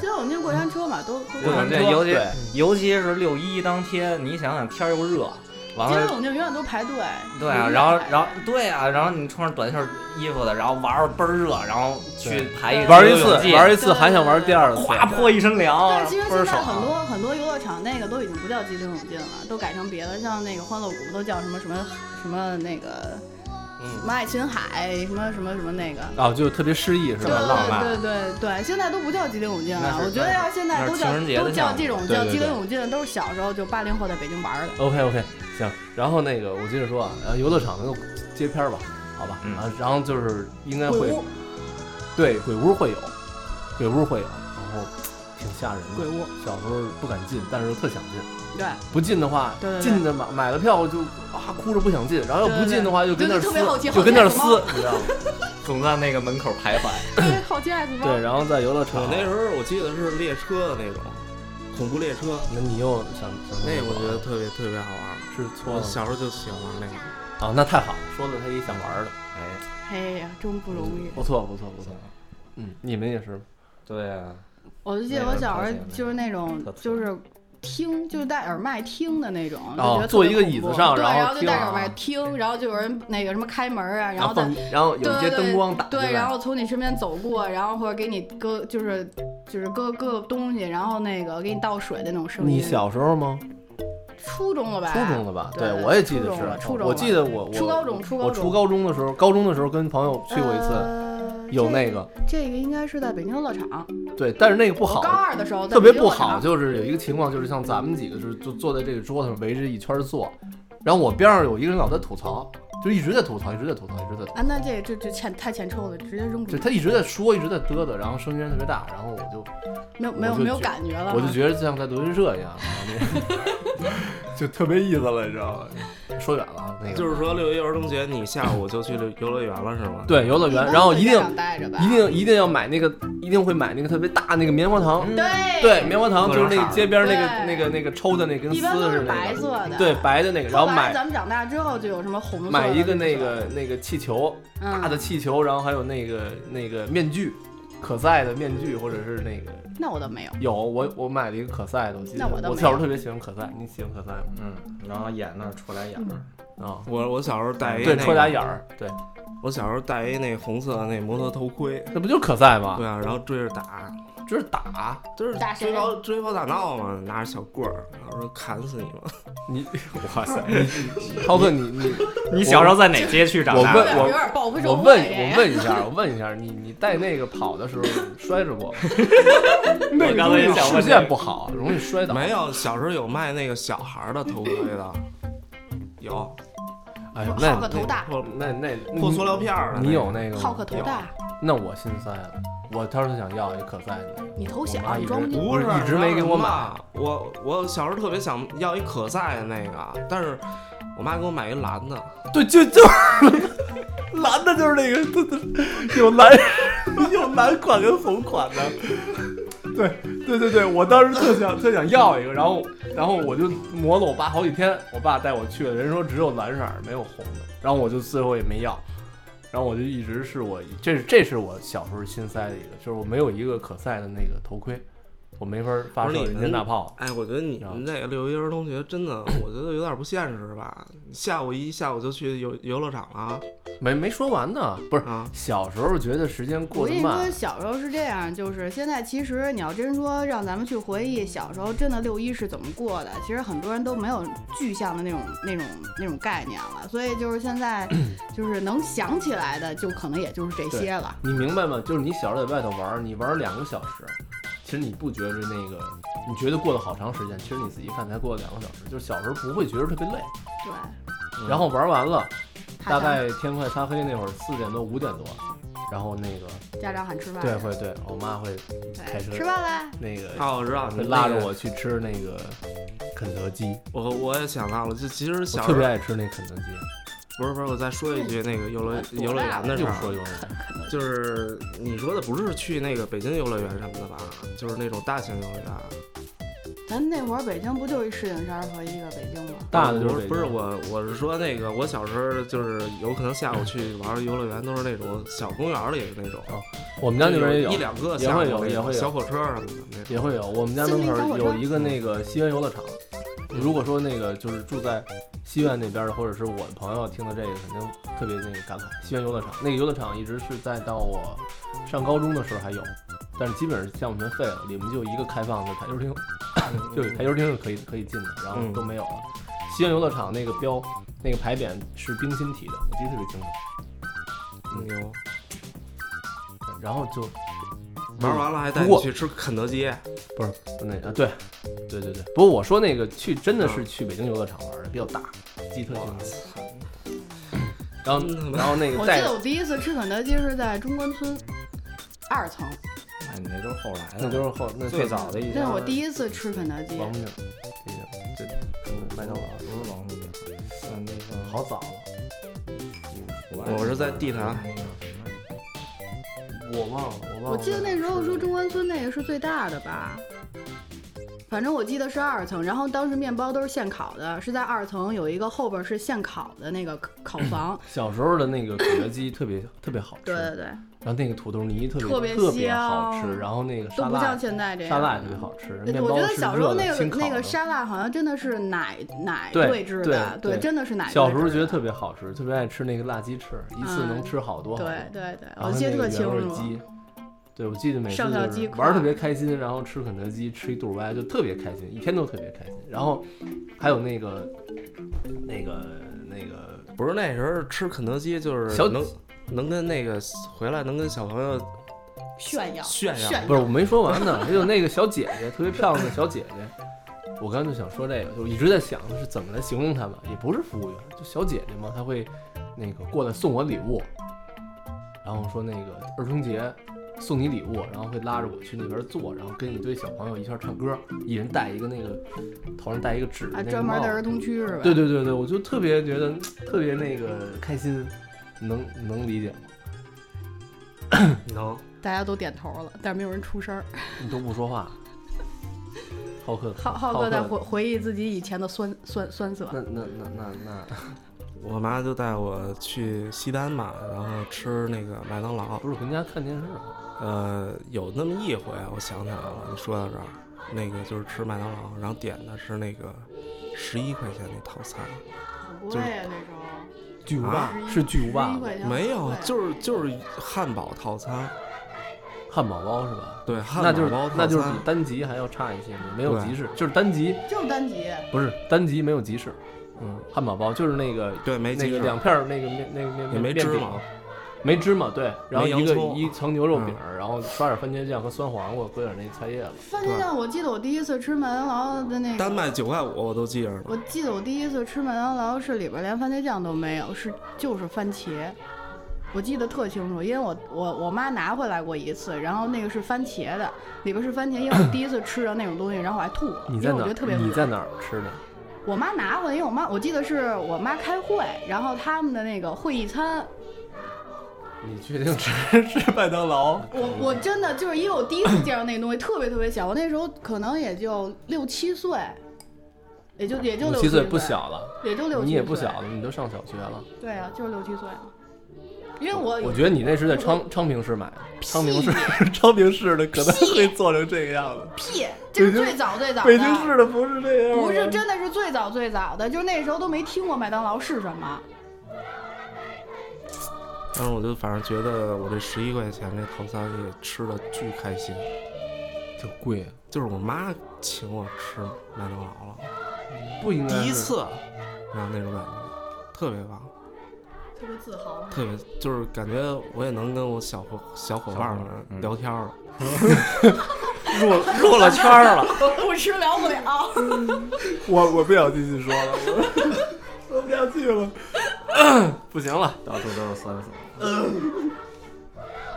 Speaker 6: 就我们那过山车嘛，都都
Speaker 3: 对
Speaker 4: 我
Speaker 3: 吧
Speaker 4: 们这
Speaker 3: 对
Speaker 4: 尤其尤其是六一当天，你想想天儿又热，完
Speaker 6: 接
Speaker 4: 了
Speaker 6: 种就永远都排队。
Speaker 4: 对啊，然后然后对啊，然后你穿着短袖衣服的，然后玩儿倍儿热，然后去排一
Speaker 3: 玩一
Speaker 4: 游
Speaker 3: 次
Speaker 4: 泳，季
Speaker 3: 玩一次还想玩第二次，
Speaker 4: 哗泼一身凉，
Speaker 6: 但是其实
Speaker 4: 倍
Speaker 6: 现
Speaker 4: 儿
Speaker 6: 在
Speaker 4: 爽。
Speaker 6: 很多很多游乐场那个都已经不叫激流勇进了，都改成别的，像那个欢乐谷都叫什么什么什么那个
Speaker 4: 嗯
Speaker 6: 什么爱琴海，什么什么什么那个。
Speaker 3: 啊，就特别诗意是
Speaker 6: 对
Speaker 3: 吧？浪漫。
Speaker 6: 对对对，现在都不叫激流勇进
Speaker 4: 那
Speaker 6: 了。
Speaker 4: 是
Speaker 6: 我觉得要现在都叫
Speaker 4: 那是情人节的
Speaker 6: 都
Speaker 4: 项
Speaker 6: 叫
Speaker 4: 目
Speaker 6: 这种
Speaker 3: 对
Speaker 6: 叫
Speaker 3: 对
Speaker 6: 激流
Speaker 3: 对
Speaker 6: 勇进的，都是小时候就八零后在北京玩儿的。
Speaker 3: OK OK，行。然后那个我接着说啊，呃游乐场那个接片儿吧，好吧。
Speaker 4: 嗯
Speaker 3: 啊，然后就是应该
Speaker 6: 鬼
Speaker 3: 会
Speaker 6: 屋，
Speaker 3: 对鬼屋会有，鬼屋会有，然后挺吓人的。
Speaker 6: 鬼屋，
Speaker 3: 小时候不敢进，但是又特想进。
Speaker 6: 对，
Speaker 3: 不进的话，
Speaker 6: 对对对
Speaker 3: 进的买买了票就啊哭着不想进，然后要
Speaker 6: 对
Speaker 3: 不
Speaker 6: 对
Speaker 3: 进的
Speaker 6: 对
Speaker 3: 话就跟那儿
Speaker 6: 就
Speaker 3: 撕
Speaker 6: 特别好奇，
Speaker 3: 就跟那儿
Speaker 6: 好奇
Speaker 3: 撕，你知道吗？
Speaker 4: 总在那个门口徘徊。
Speaker 6: 特别好奇爱死猫。
Speaker 3: 对，然后在游乐场，
Speaker 2: 我那时候我记得是列车的那种恐怖列车，
Speaker 3: 那你又想想
Speaker 2: 那我觉得特别特别好玩儿。嗯
Speaker 3: 是错
Speaker 2: 我
Speaker 3: 了
Speaker 2: 小时候就喜欢玩那个。
Speaker 3: 啊，那太好了，说的他也想玩的，
Speaker 4: 哎，
Speaker 6: 哎呀，真不容易。
Speaker 3: 不错不错不错，嗯，你们也是，
Speaker 4: 对啊，
Speaker 6: 我就记得我小时候就是那种
Speaker 4: 那个特色
Speaker 6: 就是听，就是戴耳麦听的那种，就
Speaker 3: 哦
Speaker 6: 觉得特别
Speaker 3: 坐一个椅子上
Speaker 6: 恐怖对，
Speaker 3: 然后
Speaker 6: 然后就
Speaker 3: 听
Speaker 6: 戴耳麦听，然后就有人那个什么开门啊，然后
Speaker 3: 放
Speaker 6: 再。
Speaker 3: 然后有
Speaker 6: 对
Speaker 3: 一
Speaker 6: 对
Speaker 3: 些
Speaker 6: 对
Speaker 3: 灯光打进来，
Speaker 6: 对，然后从你身边走过，然后或者给你搁，就是就是搁搁东西，然后那个给你倒水的那种声音。
Speaker 3: 你小时候吗？
Speaker 6: 初中了吧？
Speaker 3: 初中了吧？
Speaker 6: 对对
Speaker 3: 我也记
Speaker 6: 初
Speaker 3: 得
Speaker 6: 中了
Speaker 3: 是，
Speaker 6: 初中
Speaker 3: 我
Speaker 6: 了
Speaker 3: 记得我我
Speaker 6: 初高中初高
Speaker 3: 我
Speaker 6: 中
Speaker 3: 初高中的时候，高中的时候跟朋友去过一次，
Speaker 6: 呃
Speaker 3: 有那个
Speaker 6: 这这个应该是在北京游乐场，
Speaker 3: 对，但是那个不
Speaker 6: 我
Speaker 3: 好
Speaker 6: 高，二的时候在
Speaker 3: 特别
Speaker 6: 北京
Speaker 3: 不
Speaker 6: 游乐场
Speaker 3: 好，就是有一个情况，就是像咱们几个就是就坐在这个桌子上围着一圈儿坐，然后我边上有一个人老在吐槽，就一直在吐槽，一直在吐槽，一直在吐槽，
Speaker 6: 啊，那这这这欠太欠抽了，直接扔出
Speaker 3: 就
Speaker 6: 去，
Speaker 3: 他一直在说，一直在嘚嘚，然后声音特别大，然后我就
Speaker 6: 没有没
Speaker 3: 我
Speaker 6: 有
Speaker 3: 就
Speaker 6: 没有
Speaker 3: 觉
Speaker 6: 感觉了。
Speaker 3: 我就觉得就像在德云社一样，然后 那就特别意思了，你知道吗？说远了啊，那个
Speaker 2: 就是说六一儿童节你下午就去游乐园了是吗？
Speaker 3: 对游乐
Speaker 6: 一
Speaker 3: 园，
Speaker 6: 般
Speaker 3: 然后
Speaker 6: 都
Speaker 3: 一
Speaker 6: 家
Speaker 3: 定
Speaker 6: 长带着吧
Speaker 3: 一定一定要买那个，一定会买那个特别大那个棉花糖。
Speaker 6: 对
Speaker 3: 对，棉花糖就是那
Speaker 2: 各种色
Speaker 3: 个
Speaker 2: 儿
Speaker 3: 街边儿那个
Speaker 6: 对
Speaker 3: 那个那个抽的那根
Speaker 6: 一
Speaker 3: 丝
Speaker 6: 般都
Speaker 3: 似
Speaker 6: 是
Speaker 3: 的那
Speaker 6: 白
Speaker 3: 个，
Speaker 6: 色的。
Speaker 3: 对，白的那个，然
Speaker 6: 后
Speaker 3: 后
Speaker 6: 来
Speaker 3: 买
Speaker 6: 咱们长大之后就有什么红色的嗯
Speaker 3: 买一个
Speaker 6: 绿
Speaker 3: 那
Speaker 6: 色的
Speaker 3: 个那个气球，大的气球，然后还有那个那个面具，可赛的面具，或者是那个
Speaker 6: 那我倒没有。
Speaker 3: 有我我买了一个可赛的，我记
Speaker 6: 那
Speaker 3: 得
Speaker 6: 我倒
Speaker 3: 我
Speaker 6: 没
Speaker 3: 小时
Speaker 6: 有
Speaker 3: 候特别喜欢可赛，你喜欢可赛吗？
Speaker 4: 嗯，然后眼那儿戳俩眼儿，
Speaker 6: 嗯
Speaker 3: 啊、
Speaker 2: 我我小时候戴一
Speaker 3: 对，
Speaker 2: 那
Speaker 3: 戳俩
Speaker 2: 个，
Speaker 3: 眼儿，对，
Speaker 2: 我小时候戴一那红色的那摩托头盔，
Speaker 3: 那不就是可赛吗
Speaker 2: 对？啊，然后追着打，
Speaker 3: 就是打
Speaker 2: 就是
Speaker 6: 打谁
Speaker 2: 追跑追跑打闹嘛，拿着小棍儿，然后说砍死你 嘛。
Speaker 3: 你，哇 塞，涛哥你你，
Speaker 4: 你小时候在哪街区长大
Speaker 3: 我
Speaker 4: 的？
Speaker 3: 问我
Speaker 6: 有点报复社
Speaker 3: 我
Speaker 6: 会
Speaker 3: 问
Speaker 6: 这
Speaker 3: 我
Speaker 6: 个
Speaker 3: 问一下，我问一下，你你带那个跑的时候摔着过 吗？
Speaker 4: 我刚才也想
Speaker 3: 视
Speaker 4: 问这
Speaker 3: 线
Speaker 4: 个，
Speaker 3: 不好，容易摔倒。
Speaker 2: 没有，小时候有卖那个小孩儿的头盔的，有
Speaker 3: 哎呀，
Speaker 6: 浩克
Speaker 3: 那
Speaker 6: 头大，
Speaker 2: 破
Speaker 3: 那那
Speaker 2: 破塑料片儿的那个。
Speaker 3: 你有那个吗？
Speaker 6: 浩克头大，
Speaker 3: 那我心塞了，我当时想要一可赛尼，
Speaker 6: 你偷小
Speaker 3: 我妈一直
Speaker 6: 装逼，
Speaker 3: 不是一直没给我买。
Speaker 2: 妈我我小时候特别想要一可赛的那个，但是我妈给我买一蓝的，
Speaker 3: 对，就就是蓝的，就是那个它它有蓝有蓝款跟红款的。对对对对，我当时特想特想要一个，然后然后我就磨了我爸好几天，我爸带我去了，人说只有蓝色儿没有红的，然后我就最后也没要，然后我就一直是我这是这是我小时候新塞的一个，就是我没有一个可赛的那个头盔，我没法发
Speaker 2: 不是
Speaker 3: 射
Speaker 2: 你
Speaker 3: 人
Speaker 2: 们
Speaker 3: 间大炮。
Speaker 2: 哎，我觉得你们这个六一儿童节真的，我觉得有点不现实吧？下午一下午就去游游乐场了啊
Speaker 3: 没没说完呢，不是
Speaker 2: 啊！
Speaker 3: 小时候觉得时间
Speaker 6: 我
Speaker 3: 过
Speaker 6: 跟
Speaker 3: 得
Speaker 6: 你
Speaker 3: 慢
Speaker 6: 说，，小时候是这样，就是现在其实你要真说让咱们去回忆小时候真的六一是怎么过的，其实很多人都没有具象的那种那种那种概念了，所以就是 现在就是能想起来的，就可能也就是这些了。
Speaker 3: 你明白吗？就是你小时候在外头玩儿，你玩儿两个小时，其实你不觉着那个，你觉得过了好长时间，其实你仔细看才过了两个小时，就是小时候不会觉得特别累。
Speaker 6: 对，
Speaker 3: 然后玩完了，
Speaker 6: 怕
Speaker 3: 大概天快擦黑那会儿，四点多五点多，然后那个
Speaker 6: 家长喊吃饭，
Speaker 3: 对会对我妈会开车
Speaker 6: 对，吃饭嘞，
Speaker 3: 那个
Speaker 2: 啊，我知道你
Speaker 3: 会
Speaker 2: 们
Speaker 3: 拉着
Speaker 2: 那个
Speaker 3: 我，去吃那个肯德基，
Speaker 2: 我我也想到了，就其实
Speaker 3: 我
Speaker 2: 小
Speaker 3: 特
Speaker 2: 时
Speaker 3: 别
Speaker 2: 候
Speaker 3: 爱吃那肯德基。
Speaker 2: 不是不是，我再说一句那个游乐
Speaker 6: 多
Speaker 2: 游
Speaker 6: 大
Speaker 2: 乐园的事
Speaker 3: 又
Speaker 2: 儿啊，
Speaker 3: 说又说，
Speaker 2: 就是你说的不是去那个北京游乐园什么的吧？就是那种大型游乐园。啊
Speaker 6: 咱那会儿北京不就是一石景山和一个北京吗？
Speaker 3: 大的就是
Speaker 2: 我
Speaker 3: 北京
Speaker 2: 不是我，我是说那个，我小时候就是有可能下午去玩游乐园，都是那种小公园里的那种，
Speaker 3: 我们家那边也有
Speaker 2: 一两个
Speaker 3: 也
Speaker 2: 下
Speaker 3: 会
Speaker 2: 午
Speaker 3: 有
Speaker 2: 那
Speaker 3: 也
Speaker 2: 种
Speaker 3: 会有
Speaker 2: 小火车什么的那种。
Speaker 3: 也会有。我们家门口有一个那个西园游乐场。如果说那个就是住在西苑那边的，或者是我的朋友听到这个，肯定特别那个感慨。西园游乐场那个游乐场一直是在到我上高中的时候还有，但是基本上项目全废了，里面就一个开放的台球厅， 就有台球厅是可以可以进的，然后
Speaker 2: 嗯
Speaker 3: 都没有了。西苑游乐场那个标那个牌匾是冰心题的，我记得特别清楚。
Speaker 2: 牛，
Speaker 3: 然后就
Speaker 2: 玩完了还带
Speaker 3: 不
Speaker 2: 你
Speaker 3: 过
Speaker 2: 去吃肯德基，
Speaker 3: 不是那个，啊对，对对对。不过我说那个去真的是去北京游乐场玩的，比较大，记特清
Speaker 2: 我
Speaker 3: 楚。
Speaker 2: 操！
Speaker 3: 然后
Speaker 2: 嗯
Speaker 3: 然后那个
Speaker 6: 我记
Speaker 3: 带
Speaker 6: 得我第一次吃肯德基是在中关村二层，
Speaker 4: 哎，你那都是后来的，
Speaker 3: 那就是后那
Speaker 4: 最早的一家。
Speaker 6: 那是我第一次吃肯德基。
Speaker 3: 嗯王府井，这个这麦当劳
Speaker 4: 不是王府井，是嗯那个
Speaker 3: 好早了。啊
Speaker 2: 我是在地坛
Speaker 4: 那个什么
Speaker 3: 我忘了，我忘了。。
Speaker 6: 我记得那时候说中关村那个是最大的吧，反正我记得是二层，然后当时面包都是现烤的，是在二层有一个后边是现烤的那个烤房
Speaker 3: 小时候的那个肯德基特别特别好吃，
Speaker 6: 对对对，
Speaker 3: 然后那个土豆泥特别
Speaker 6: 特别
Speaker 3: 好吃，
Speaker 6: 香
Speaker 3: 然后那个
Speaker 6: 都
Speaker 3: 沙
Speaker 6: 不像
Speaker 3: 拉
Speaker 6: 现在这
Speaker 3: 沙
Speaker 6: 样。
Speaker 3: 拉也特别好吃，面
Speaker 6: 我
Speaker 3: 包
Speaker 6: 觉得
Speaker 3: 是
Speaker 6: 小时
Speaker 3: 热
Speaker 6: 候
Speaker 3: 的
Speaker 6: 那个
Speaker 3: 清烤
Speaker 6: 那个
Speaker 3: 的
Speaker 6: 沙拉好像真的是奶奶
Speaker 3: 对
Speaker 6: 兑制的，
Speaker 3: 对对
Speaker 6: 真的是奶。
Speaker 3: 小时候觉得特。别好吃，特别爱吃那个辣鸡翅，一次
Speaker 6: 嗯
Speaker 3: 能吃好多好多。
Speaker 6: 对对对，
Speaker 3: 然
Speaker 6: 我
Speaker 3: 后
Speaker 6: 记得
Speaker 3: 那
Speaker 6: 特
Speaker 3: 个
Speaker 6: 清
Speaker 3: 原味
Speaker 6: 楚。
Speaker 3: 鸡，对，我记得每次
Speaker 6: 上校
Speaker 3: 就是
Speaker 6: 鸡
Speaker 3: 玩儿特
Speaker 6: 块
Speaker 3: 别开心，然后吃肯德基，吃一肚儿歪，就特别开心，一天都特别开心。然后还有那个那个那个
Speaker 2: 不是那时候吃肯德基就是
Speaker 3: 小
Speaker 2: 能能跟那个回来能跟小朋友
Speaker 6: 炫耀
Speaker 2: 炫耀
Speaker 3: 不是我没说完呢，还有那个小姐姐，特别漂亮的小姐姐。我刚才就想说这个，就一直在想是怎么来形容她们，也不是服务员，就小姐姐嘛，她会那个过来送我礼物，然后说那个儿童节送你礼物，然后会拉着我去那边坐，然后跟一堆小朋友一块儿唱歌，一人戴一个那个头上戴一个纸的
Speaker 6: 啊，
Speaker 3: 那个
Speaker 6: 专门
Speaker 3: 帽
Speaker 6: 的
Speaker 3: 子
Speaker 6: 儿童区是吧？
Speaker 3: 对对对对，我就特别觉得特别那个开心，能能理解吗？
Speaker 2: 能
Speaker 6: 大家都点头了，但是没有人出声儿。
Speaker 3: 你都不说话，浩克
Speaker 6: 浩浩哥在回回忆自己以前的酸酸酸涩。
Speaker 3: 那那那那那，
Speaker 2: 我妈就带我去西单嘛，然后吃那个麦当劳。
Speaker 3: 不是回家看电视啊，
Speaker 2: 呃，有那么一回，我想起来了，你说到这儿，那个就是吃麦当劳，然后点的是那个十一块钱那套餐，
Speaker 6: 很
Speaker 2: 就是
Speaker 6: 呀，啊那时候
Speaker 3: 巨无霸
Speaker 2: 啊
Speaker 3: 是巨无霸
Speaker 6: 11
Speaker 3: 吧，
Speaker 6: 块钱
Speaker 2: 没有
Speaker 6: 很，贵啊
Speaker 2: 就是就是汉堡套餐，
Speaker 3: 汉堡包是吧？
Speaker 2: 对，汉
Speaker 3: 那就是
Speaker 2: 堡包套餐，
Speaker 3: 那就是比单集还要差一些，没有
Speaker 2: 对
Speaker 3: 集市，就是单集
Speaker 6: 就是单集，
Speaker 3: 不是单集没有集市，
Speaker 2: 嗯，
Speaker 3: 汉堡包就是那个
Speaker 2: 对，没
Speaker 3: 那
Speaker 2: 鸡
Speaker 3: 个
Speaker 2: 翅
Speaker 3: 两片儿那个面那个面
Speaker 2: 也没
Speaker 3: 面
Speaker 2: 芝
Speaker 3: 饼
Speaker 2: 麻，
Speaker 3: 没芝麻对，然后
Speaker 2: 没洋
Speaker 3: 一个
Speaker 2: 葱
Speaker 3: 一层牛肉饼儿，然后刷点番茄酱和酸黄瓜，搁点那菜叶子，
Speaker 6: 番茄酱，我记得我第一次吃麦当劳的那
Speaker 2: 单
Speaker 6: 个，
Speaker 2: 卖九块五，我都记着呢。
Speaker 6: 我记得我第一次吃麦当劳是里边连番茄酱都没有，是就是番茄，我记得特清楚，因为我我我妈拿回来过一次，然后那个是番茄的，里边是番茄，因为我第一次吃着那种东西，然后我还吐了，
Speaker 3: 你
Speaker 6: 因
Speaker 3: 在
Speaker 6: 为我
Speaker 3: 哪
Speaker 6: 觉得特别
Speaker 3: 儿？
Speaker 6: 恶
Speaker 3: 你
Speaker 6: 心。
Speaker 3: 在哪儿吃的？
Speaker 6: 我妈拿回来，因为我妈我记得是我妈开会，然后他们的那个会议餐，
Speaker 3: 你确定吃 吃麦当劳？
Speaker 6: 我我真的就是因为我第一次见到那个东西，特别特别小，我那时候可能也就六七岁，也就也就
Speaker 3: 五
Speaker 6: 六
Speaker 3: 七
Speaker 6: 岁
Speaker 3: 岁不，小了，
Speaker 6: 也就六七岁，
Speaker 3: 你也不小了，你都上小学了。
Speaker 6: 对啊，就是六七岁啊，因为我
Speaker 3: 我觉得你那是在昌昌平市买的，昌平市昌平市的可能会做成这个样子。
Speaker 6: 屁，这是最早最早的，
Speaker 3: 北京市的不是这样，
Speaker 6: 不是，真的是最早最早的，就是那时候都没听过麦当劳是什么。
Speaker 2: 当时我就反正觉得我这十一块钱这套餐也吃的巨开心，
Speaker 3: 就贵，啊
Speaker 2: 就是我妈请我吃麦当劳了，
Speaker 3: 不应该
Speaker 2: 第一
Speaker 3: 是
Speaker 2: 次，然后那种感觉特别棒，
Speaker 5: 特别自 豪。
Speaker 2: 特别就是感觉我也能跟我小伙小伙伴
Speaker 3: 嗯
Speaker 2: 们聊天了，
Speaker 3: 入入了圈儿了。
Speaker 6: 不吃聊不了。 啊
Speaker 3: 我我不想继续说了， 我我不想去了， 不行了，到处都是酸笋。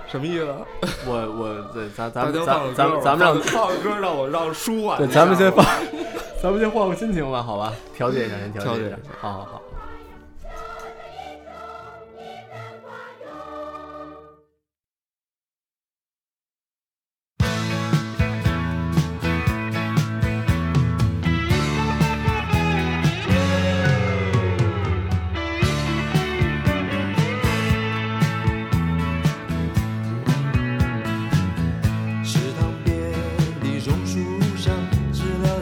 Speaker 2: 什么意思？啊
Speaker 3: 我我对咱
Speaker 2: 大
Speaker 3: 咱们
Speaker 2: 家
Speaker 3: 咱
Speaker 2: 放个
Speaker 3: 们咱
Speaker 2: 歌
Speaker 3: 们
Speaker 2: 吧
Speaker 3: 咱们让
Speaker 2: 放个歌让我让我舒缓一
Speaker 3: 对
Speaker 2: 下。
Speaker 3: 咱们先放，咱们先换个心情吧，好吧，调节一下，先
Speaker 2: 调
Speaker 3: 节
Speaker 2: 节
Speaker 3: 一下
Speaker 2: 一下，
Speaker 3: 好好好。
Speaker 7: 池塘边的榕树上，知了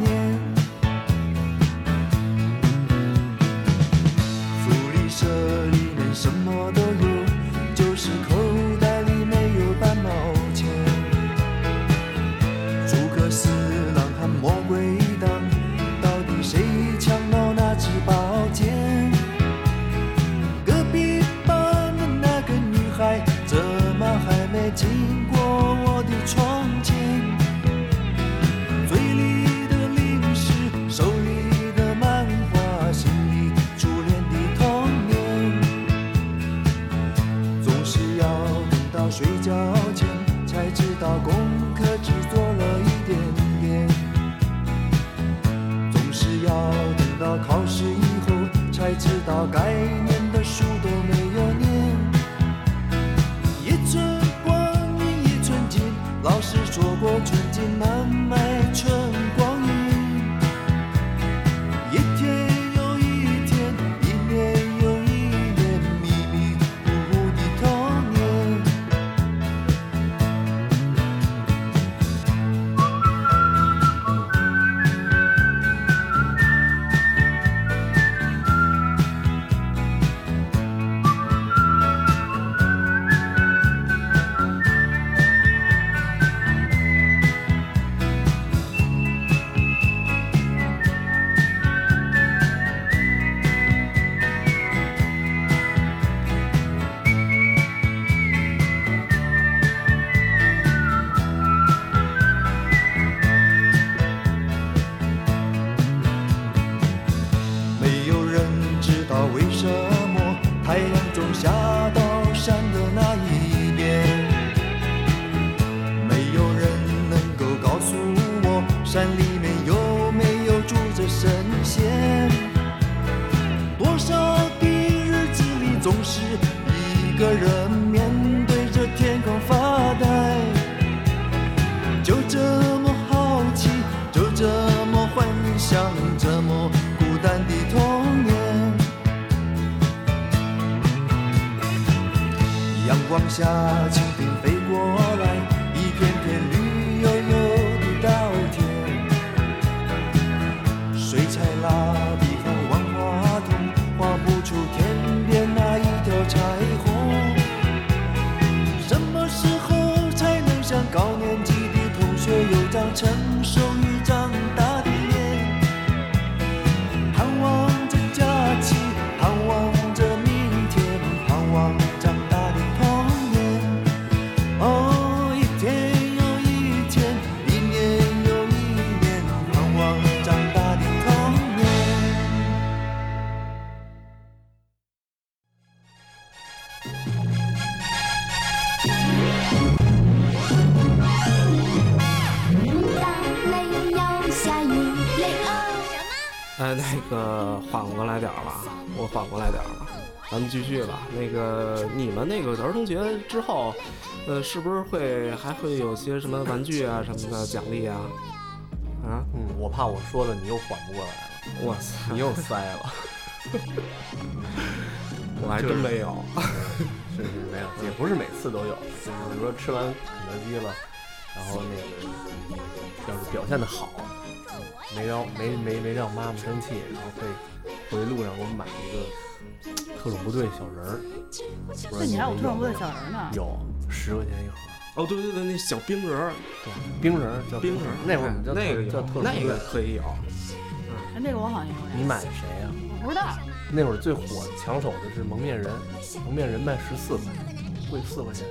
Speaker 7: 年。福利社里面什么都有，就是口袋里没有半毛钱。诸葛四郎和魔鬼党，到底谁抢到那支宝剑？隔壁班的那个女孩，怎么还没经过我的窗前？嘴里的零食，手里的漫画，心里初恋的童年，总是要等到睡觉前，才知道功课只做了一点点。总是要等到考试以后，才知道该念的书都没有念。一寸光阴一寸金，老师说过寸金难买寸光阴。一天又一天，一年又一年，迷迷糊糊的童年。没有人知道为什么太阳总下到山的那一边，没有人能够告诉我山里面有没有住着神仙。多少的日子里，总是一个人面对着天空发呆。就这么好奇，就这么幻想，这么孤单的童年。阳光下，蜻蜓飞过来，一片片绿油油的稻田。水彩蜡笔和万花筒，画不出天边那一条彩虹。什么时候才能
Speaker 2: 哎，那个缓过来点儿了，我缓过来点儿了，咱们继续吧。那个你们那个儿童节之后，呃，是不是会还会有些什么玩具啊什么的奖励啊？啊，
Speaker 3: 嗯，我怕我说了你又缓不过来了，
Speaker 2: 我操
Speaker 3: 你，又塞了，
Speaker 2: 我还真没有。
Speaker 3: 是是没有，也不是每次都有，就是比如说吃完肯德基了，然后那个要是表现的好，没让没没没让妈妈生气，然后会回路上给我买一个特种部队小人儿，不知道
Speaker 6: 对，你还有
Speaker 3: 们
Speaker 6: 特种部队
Speaker 3: 没有
Speaker 6: 小人儿呢。
Speaker 3: 有十块钱一盒，
Speaker 2: 哦，对对对，那小冰人儿，
Speaker 3: 对，冰人儿叫
Speaker 2: 冰人儿，
Speaker 3: 那会儿我们叫
Speaker 2: 那个
Speaker 3: 特叫
Speaker 2: 有
Speaker 3: 特种
Speaker 2: 那
Speaker 3: 部队
Speaker 2: 个可以有。
Speaker 6: 哎，那个我好像有
Speaker 3: 你
Speaker 6: 点，
Speaker 3: 买谁呀、
Speaker 6: 我不知道。
Speaker 3: 那会儿最火抢手的是蒙面人，蒙面人卖十四块，贵四块钱。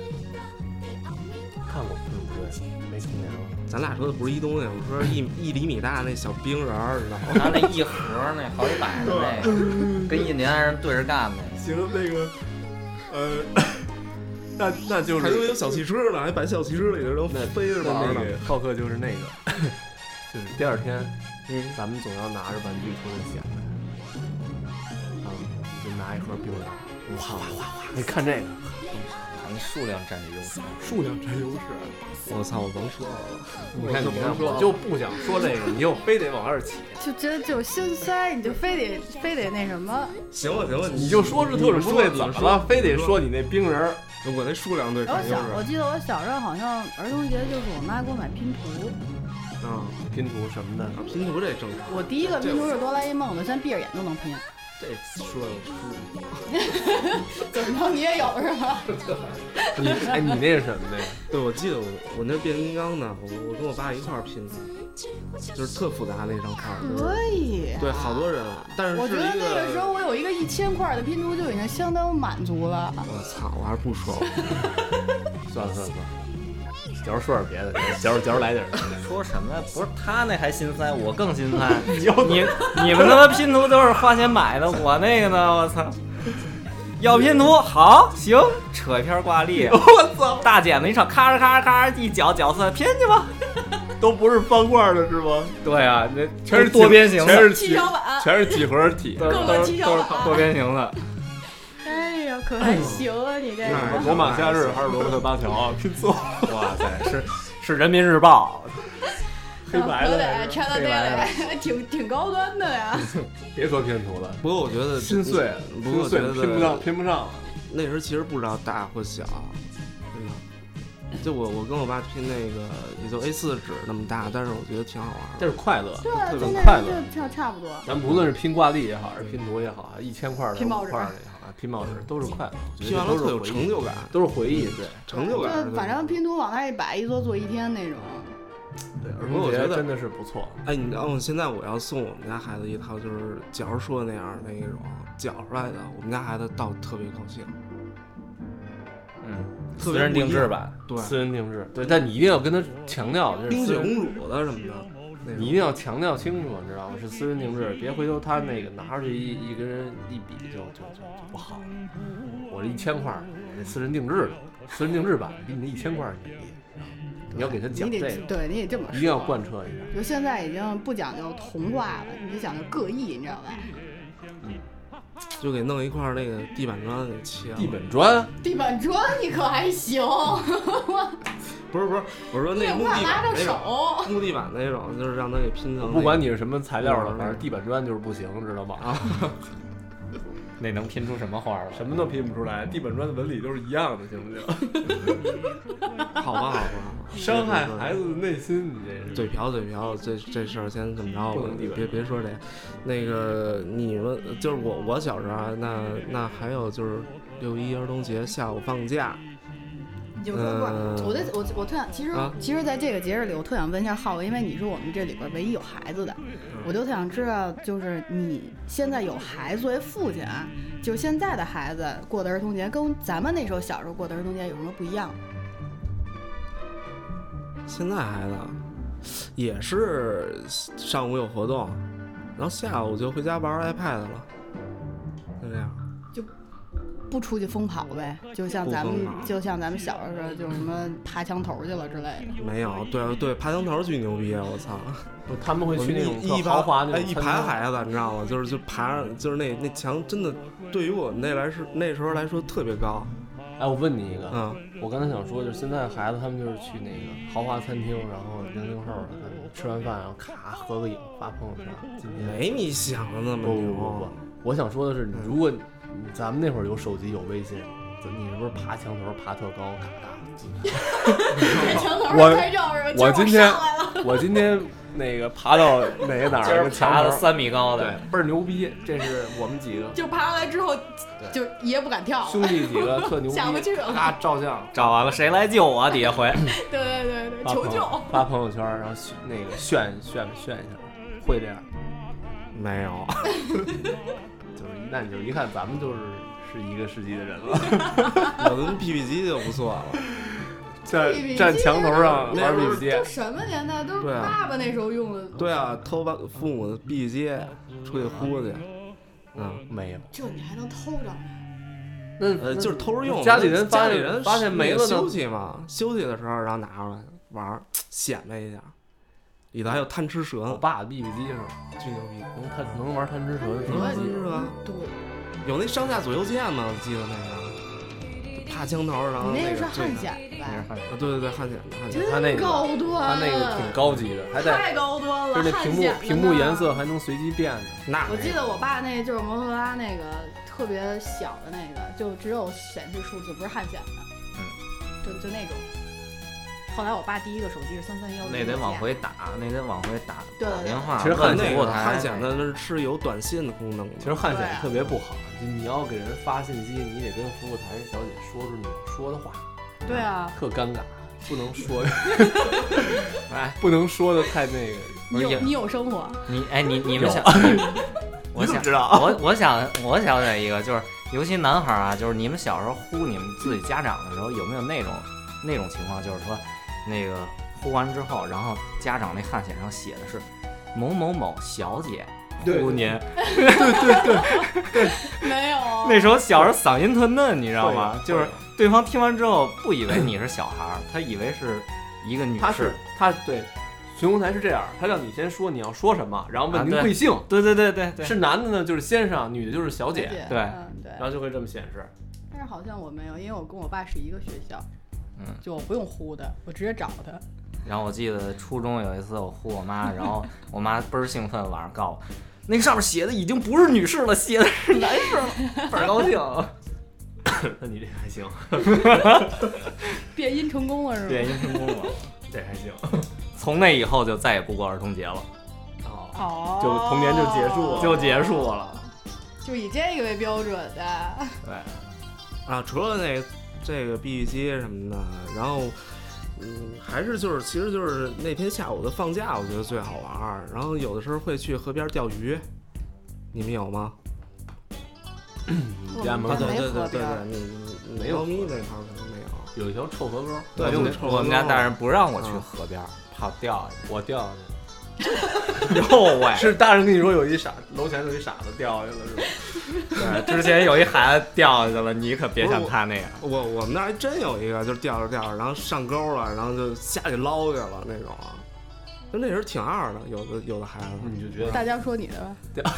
Speaker 3: 看过特种部队没听见啊过？
Speaker 2: 咱俩说的不是一东西，我说 一一厘米大那小冰人儿，知道吗？
Speaker 4: 拿那一盒儿那好几百的那个，跟印第安人对着干的。
Speaker 3: 行，那个， 呃，那那就
Speaker 2: 还以为有小汽车呢，还摆小汽车里头都飞着玩
Speaker 3: 那
Speaker 2: 儿
Speaker 3: 那
Speaker 2: 呢。
Speaker 3: 个浩克就是那个， 就是第二天，咱们总要拿着玩具出来显摆，啊，你就拿一盒冰人，哇哇哇哇，你看这个
Speaker 4: 咱们数量占着优势，
Speaker 3: 数量占优势，啊
Speaker 2: 我操，我甭说了，
Speaker 3: 你看
Speaker 2: 我
Speaker 3: 你
Speaker 2: 就甭
Speaker 3: 看，
Speaker 2: 说
Speaker 3: 我
Speaker 2: 了
Speaker 3: 就不想说啊这个，你又非得往那儿起。
Speaker 6: 就真就心塞，你就非得非得那什么，
Speaker 2: 行了行了，
Speaker 3: 你就说是特种部队怎
Speaker 2: 你们
Speaker 3: 么
Speaker 2: 说
Speaker 3: 了，非得说
Speaker 2: 你
Speaker 3: 你那冰人儿？
Speaker 2: 们说我那数量对
Speaker 6: 然
Speaker 2: 肯定
Speaker 3: 哎
Speaker 6: 后小，我
Speaker 2: 是
Speaker 6: 记得我小时候好像儿童节就是我妈给我买拼图，
Speaker 2: 啊，
Speaker 3: 拼图什么的，
Speaker 2: 拼图这正常，
Speaker 6: 我第一个拼图是哆啦 A 梦，我现在闭着眼都能拼。
Speaker 2: 这说的舒服。
Speaker 6: 怎么着你也有是吧？
Speaker 3: 你哎你那是什么的呀？
Speaker 2: 对，我记得我我那变形金刚呢，我我跟我爸一块儿拼的，就是特复杂那张卡，就是
Speaker 6: 可以、
Speaker 2: 对，好多人，但是
Speaker 6: 嗯我
Speaker 2: 是
Speaker 6: 觉
Speaker 2: 一
Speaker 6: 得那个时候我有一个一千块的拼图就已经相当满足了。
Speaker 2: 我操，我还是不说了。
Speaker 3: 算了算了算了，假如说点别的，假如假如来点儿，
Speaker 4: 说什么呀？不是他那还心塞，我更心 塞。你你们他妈拼图都是花钱买的，我那个呢？我操！要拼图好行，扯一篇 挂历。我操！大剪子一上，咔嚓咔嚓咔嚓一搅搅碎，拼去吧。
Speaker 3: 都不是方块的是吗？
Speaker 4: 对啊，那
Speaker 3: 全是
Speaker 4: 多
Speaker 3: 几
Speaker 4: 边形的，
Speaker 3: 全是
Speaker 6: 七啊
Speaker 3: 几
Speaker 6: 巧板
Speaker 3: 全是几何体。
Speaker 4: 都是
Speaker 6: 各个
Speaker 4: 都
Speaker 6: 七
Speaker 4: 是
Speaker 6: 巧啊
Speaker 4: 都是
Speaker 6: 板
Speaker 4: 多边 形的。
Speaker 6: 哎呀，可还行啊，你
Speaker 3: 哎
Speaker 6: 这
Speaker 2: 那
Speaker 3: 罗马假日还是罗伯特巴乔啊？拼错，哇塞，是
Speaker 4: 是人民日报，
Speaker 3: 黑白
Speaker 6: 可
Speaker 3: 的
Speaker 6: 得
Speaker 3: 还是，
Speaker 6: 拆到
Speaker 4: 黑白
Speaker 6: 这里， 挺挺高端的 呀。
Speaker 3: 别说拼图了，
Speaker 2: 不过我觉得
Speaker 3: 心碎，
Speaker 2: 不过
Speaker 3: 心
Speaker 2: 我觉得
Speaker 3: 碎拼不上，拼不上了。
Speaker 2: 那时候其实不知道大或小，真的。就我我跟我爸拼那个也就 A 4纸那么大，但是我觉得挺好玩的。
Speaker 3: 但是快乐，
Speaker 6: 对啊，
Speaker 3: 特
Speaker 6: 就
Speaker 3: 别
Speaker 6: 那
Speaker 3: 快乐。
Speaker 6: 就差差不多。
Speaker 3: 咱不论是拼挂历也好，还是拼图也好，啊一千块儿的、
Speaker 6: 拼
Speaker 3: 五
Speaker 6: 报纸
Speaker 3: 块儿的也好，啊拼报纸都是快乐，我觉
Speaker 2: 拼
Speaker 3: 得
Speaker 2: 完
Speaker 3: 这
Speaker 2: 了
Speaker 3: 都是
Speaker 2: 特有
Speaker 3: 回忆
Speaker 2: 成就感，
Speaker 3: 都是回忆，对。
Speaker 2: 成就感。
Speaker 6: 就反正拼图往那儿一摆，一坐坐一天那种。
Speaker 3: 对，儿
Speaker 2: 不过
Speaker 3: 童
Speaker 2: 嗯我
Speaker 3: 节
Speaker 2: 觉得
Speaker 3: 真的是不错。
Speaker 2: 哎，你知道吗？现在我要送我们家孩子一套，就是饺儿说的那样那一种饺出来的，我们家孩子倒特别高兴。
Speaker 4: 嗯，
Speaker 2: 特别
Speaker 4: 私人定制版。
Speaker 2: 对，
Speaker 3: 私人定制，对，但你一定要跟他强调，这是
Speaker 2: 冰
Speaker 3: 私
Speaker 2: 雪
Speaker 3: 人，
Speaker 2: 公主的什么的，那
Speaker 3: 你
Speaker 2: 种
Speaker 3: 一定要强调清楚，你知道吗？是私人定制，别回头他那个拿出去一一跟人一比就就就就不好了。我这一千块儿，我这私人定制的，私人定制版比你那一千块儿便宜，你要给他讲
Speaker 6: 你
Speaker 3: 这
Speaker 6: 得
Speaker 3: 个，
Speaker 6: 对，你得这么
Speaker 3: 一定要
Speaker 6: 说。
Speaker 3: 贯彻一下。
Speaker 6: 就现在已经不讲究童话了，你就讲究各异，你知道吧？
Speaker 2: 就给弄一块儿那个地板砖给切了。
Speaker 3: 地板砖，
Speaker 6: 地板砖你可还行，
Speaker 2: 不是不是，我说那
Speaker 6: 你
Speaker 2: 个木
Speaker 6: 无法
Speaker 2: 地
Speaker 6: 拉
Speaker 2: 板
Speaker 6: 着
Speaker 2: 那种，
Speaker 6: 手。
Speaker 2: 木地板那种，就是让他给拼成。
Speaker 3: 不管你是什么材料的，
Speaker 2: 嗯
Speaker 3: 反正地板砖就是不行，知道吗？啊，
Speaker 4: 那能拼出什么花来？
Speaker 3: 什么都拼不出来，地板砖的纹理都是一样的，行不行？
Speaker 2: 好吧好吧，
Speaker 3: 伤
Speaker 2: 别
Speaker 3: 害
Speaker 2: 说这个
Speaker 3: 孩子的内心，你这是。
Speaker 2: 嘴瓢嘴瓢，这这事儿先怎么着
Speaker 3: 不能地
Speaker 2: 吧？
Speaker 3: 位
Speaker 2: 别别说这，那个你们就是我我小时候啊，那那还有就是六一儿童节下午放假，
Speaker 6: 有时候
Speaker 2: 呃
Speaker 6: 不是，我在我我特想，其实、
Speaker 2: 啊
Speaker 6: 其实在这个节日里，我特想问一下浩哥，因为你是我们这里边唯一有孩子的，
Speaker 3: 嗯
Speaker 6: 我就特想知道，就是你现在有孩子作为父亲啊，就是现在的孩子过的儿童节跟咱们那时候小时候过的儿童节有什么不一样？
Speaker 2: 现在孩子也是上午有活动，然后下午就回家玩儿 iPad 了，就这样。
Speaker 6: 就不出去疯跑呗，就像咱
Speaker 2: 不
Speaker 6: 们
Speaker 2: 疯跑
Speaker 6: 就像咱们小的时候，就是什么爬墙头去了之类的。
Speaker 2: 没有，对对，爬墙头巨牛逼，我操！
Speaker 3: 不他们会
Speaker 2: 我
Speaker 3: 去
Speaker 2: 们
Speaker 3: 那种
Speaker 2: 一一
Speaker 3: 特豪华那
Speaker 2: 哎，
Speaker 3: 种
Speaker 2: 一
Speaker 3: 餐
Speaker 2: 排
Speaker 3: 厅
Speaker 2: 孩子，你知道吗？就是就爬上，就是那那墙真的，对于我们那来说那时候来说特别高，
Speaker 3: 哎，我问你一个，
Speaker 2: 嗯，
Speaker 3: 我刚才想说，就是现在孩子他们就是去那个豪华餐厅，然后零零后的，他们吃完饭然后咔合个影发朋友圈。今天
Speaker 2: 没啊你想的那
Speaker 3: 不
Speaker 2: 么
Speaker 3: 不
Speaker 2: 牛。
Speaker 3: 不不，我想说的是，如果你咱们那会儿有手机有微信，咱你是不是爬墙头爬特高咔哒？
Speaker 6: 墙头
Speaker 3: 我
Speaker 6: 照是吧
Speaker 3: 我今天我今天那个爬到哪个哪
Speaker 4: 今
Speaker 3: 儿
Speaker 4: 儿
Speaker 3: 个
Speaker 4: 爬
Speaker 3: 墙
Speaker 4: 了
Speaker 3: 头，
Speaker 4: 三米高
Speaker 3: 对
Speaker 4: 的，，
Speaker 3: 倍儿牛逼。这是我们几个
Speaker 6: 就爬上来之后，就也不敢跳
Speaker 3: 兄弟几个特牛逼，
Speaker 6: 下不去了
Speaker 3: 咔照相。
Speaker 4: 找完了谁来救我？底下回
Speaker 6: 对对对对
Speaker 3: 发朋友发朋友圈，然后炫那个炫炫炫一下，会这样。
Speaker 2: 没有，
Speaker 3: 就是那你就一看，咱们就是是一个世纪的人 了，
Speaker 2: 我的 PPT 机就不错了。
Speaker 3: 站
Speaker 6: PPT
Speaker 3: 站墙头上
Speaker 2: 那
Speaker 3: 玩
Speaker 2: 会儿
Speaker 3: BB 机，
Speaker 6: 都什么年代？都是
Speaker 2: 对啊
Speaker 6: 爸爸那时候用的。
Speaker 2: 对啊，偷爸父母的 B 机出去呼去，嗯，
Speaker 3: 没有，
Speaker 6: 这你还能偷着？
Speaker 3: 那
Speaker 2: 呃，就是偷着用。
Speaker 3: 家里
Speaker 2: 家
Speaker 3: 人发
Speaker 2: 里
Speaker 3: 现
Speaker 2: 人
Speaker 3: 发现没
Speaker 2: 那
Speaker 3: 了
Speaker 2: 个
Speaker 3: 呢
Speaker 2: 休息嘛，休息的时候然后拿出来玩儿，显摆一下。里头还有贪吃蛇
Speaker 3: 我
Speaker 2: 呢，
Speaker 3: 爸的 BB 机上
Speaker 6: 嗯
Speaker 2: 巨牛逼！
Speaker 3: 能贪能玩贪吃蛇是
Speaker 2: 能
Speaker 3: 吧
Speaker 2: 玩？贪吃蛇，
Speaker 6: 对，
Speaker 2: 有那上下左右键吗？我记得那个，爬墙头儿，
Speaker 3: 啊
Speaker 2: 然后
Speaker 6: 你那
Speaker 2: 个
Speaker 6: 是
Speaker 2: 这
Speaker 6: 汗
Speaker 2: 个
Speaker 6: 显的吧？
Speaker 2: 啊，对对对，汗显的汗显的，
Speaker 3: 他那
Speaker 6: 真
Speaker 3: 个
Speaker 6: 高端，
Speaker 3: 他那个挺高级的，还
Speaker 6: 太
Speaker 3: 带
Speaker 6: 高端了。
Speaker 3: 就是那屏
Speaker 6: 汗
Speaker 3: 幕
Speaker 6: 显的
Speaker 3: 屏幕
Speaker 6: 呢
Speaker 3: 颜色还能随机变的。
Speaker 2: 那
Speaker 6: 我记得我爸那就是摩托罗拉那个特别小的那个，就只有显示数字，不是汉显的，嗯，就就那种。后来我爸第一个手机是三三幺，
Speaker 4: 那得往回打，那得往回打
Speaker 6: 对
Speaker 4: 打电话。
Speaker 3: 其实
Speaker 2: 那啊
Speaker 3: 汗
Speaker 4: 问
Speaker 2: 那
Speaker 4: 服
Speaker 2: 个
Speaker 4: 务台
Speaker 2: 汗显的那是有短信的功能的，
Speaker 3: 其实汗显
Speaker 6: 对啊
Speaker 3: 特别不好，就你要给人发信息，你得跟服务台小姐说出你要说的话，
Speaker 6: 对啊，
Speaker 3: 特尴尬，不能说， 哎，不能说的太那个。
Speaker 4: 不
Speaker 6: 你
Speaker 4: 是
Speaker 6: 有
Speaker 4: 有
Speaker 6: 你有生活，
Speaker 4: 你哎你你们
Speaker 3: 有啊
Speaker 4: 想， 我想知道，我我想我想起来一个，就是尤其男孩儿啊，就是你们小时候呼你们自己家长的时候，有没有那种那种情况，就是说那个呼完之后，然后家长那汗显上写的是某某某小姐
Speaker 3: 对
Speaker 4: 呼您，
Speaker 6: 没有，
Speaker 4: 那时候小时候嗓音特嫩，你知道吗
Speaker 3: 会？
Speaker 4: 就是
Speaker 3: 会
Speaker 4: 对方听完之后不以为你是小孩儿，他以为是一个女
Speaker 3: 他
Speaker 4: 士
Speaker 3: 是。他对，巡红台是这样，他让你先说你要说什么，然后
Speaker 4: 啊
Speaker 3: 问您
Speaker 4: 对
Speaker 3: 贵姓，
Speaker 4: 对对对对对，
Speaker 3: 是男的呢就是先生，女的就是小姐，
Speaker 4: 对
Speaker 6: 嗯对
Speaker 3: 然。后就会这么显 示。
Speaker 6: 但是好像我没有，因为我跟我爸是一个学校，
Speaker 4: 嗯
Speaker 6: 就我不用呼的，我直接找他。
Speaker 4: 然后我记得初中有一次我呼我妈，然后我妈倍儿兴奋，晚上告我，那个上面写的已经不是女士了，写的 是男士了，倍儿高兴。
Speaker 3: 那你这还行，
Speaker 6: 变音成功了是吗？
Speaker 4: 对，音成功了。
Speaker 3: 这还行，
Speaker 4: 从那以后就再也不过儿童节了，
Speaker 3: 哦，
Speaker 6: 哦，
Speaker 3: 就童年就结束了
Speaker 4: 就结束了。
Speaker 6: 就以这个为标准的。
Speaker 2: 嗯
Speaker 4: 对，
Speaker 2: 啊，除了那个这个 BB 机什么的，然后嗯，还是就是其实就是那天下午的放假，我觉得最好玩儿。然后有的时候会去河边钓鱼，你们有吗？
Speaker 3: 你家门
Speaker 2: 啊，
Speaker 6: 我
Speaker 3: 口
Speaker 2: 对
Speaker 6: 没
Speaker 2: 对
Speaker 6: 河
Speaker 2: 对对
Speaker 6: 边儿
Speaker 2: 对，你你你
Speaker 3: 没有
Speaker 2: 猫咪那块儿可能没有。
Speaker 3: 有一条臭河沟，
Speaker 2: 对
Speaker 3: 我
Speaker 2: 就
Speaker 3: 们
Speaker 2: 是
Speaker 3: 那
Speaker 2: 臭
Speaker 4: 我们家大人不让我去
Speaker 2: 嗯
Speaker 4: 河边儿，怕掉下
Speaker 3: 我掉下去了。
Speaker 4: 去。 哟 喂，
Speaker 3: 是大人跟你说有一傻，楼前有一傻子掉下去了是吧？
Speaker 4: 对之前有一孩子掉下去了，你可别像他那样。
Speaker 2: 我我们那儿还真有一个，就是钓着钓着，然后上钩了，然后就下去捞去了那种。就那时候挺二的，有的有的孩子，
Speaker 3: 你就觉得
Speaker 6: 大家说你的吧，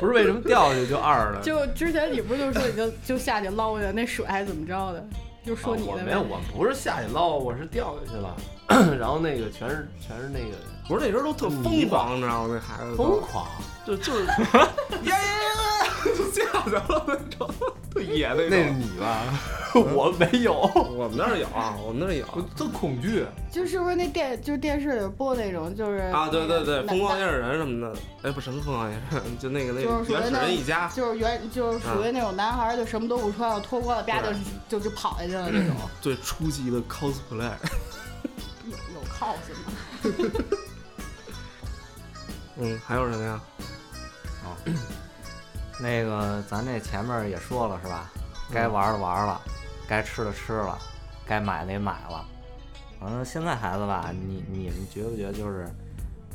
Speaker 3: 不是为什么掉下去就二了？
Speaker 6: 就之前你不是就说你就 就下去捞去，那水还怎么着的，就说你
Speaker 3: 啊我
Speaker 6: 的
Speaker 3: 没
Speaker 6: 呗。
Speaker 3: 有，我不是下去捞，我是掉下去 了，然后那个全是全是那个
Speaker 2: 不是那时候都特
Speaker 6: 嗯
Speaker 2: 疯狂，你知道吗？那孩子都
Speaker 3: 疯狂，
Speaker 2: 就就是， 呀呀呀， 就下去了那种，特野那
Speaker 3: 那是
Speaker 2: 种。
Speaker 3: 你 吧？我没有，
Speaker 2: 我们那儿有啊，我们那儿有
Speaker 3: 我特恐惧。
Speaker 6: 就是不是那电就是电视里播那种就是
Speaker 2: 啊，对对对，
Speaker 6: 那
Speaker 2: 疯狂夜市人什么的，哎，不什么疯狂夜市人，就那个那
Speaker 6: 就是
Speaker 2: 个
Speaker 6: 说
Speaker 2: 原始
Speaker 6: 那
Speaker 2: 人一家，
Speaker 6: 就是原就是属于那种男孩儿就什么都不穿，我脱光了吧就
Speaker 2: 对
Speaker 6: 就就跑下去了那种，
Speaker 2: 最初级的 cosplay。
Speaker 6: 有有 cos 吗？
Speaker 2: 嗯，还有什么呀？
Speaker 4: 那个咱这前面也说了是吧？
Speaker 3: 嗯
Speaker 4: 该玩的玩了，该吃的吃了，该买的也买了。反正现在孩子吧，
Speaker 3: 嗯
Speaker 4: 你你们觉不觉得就是，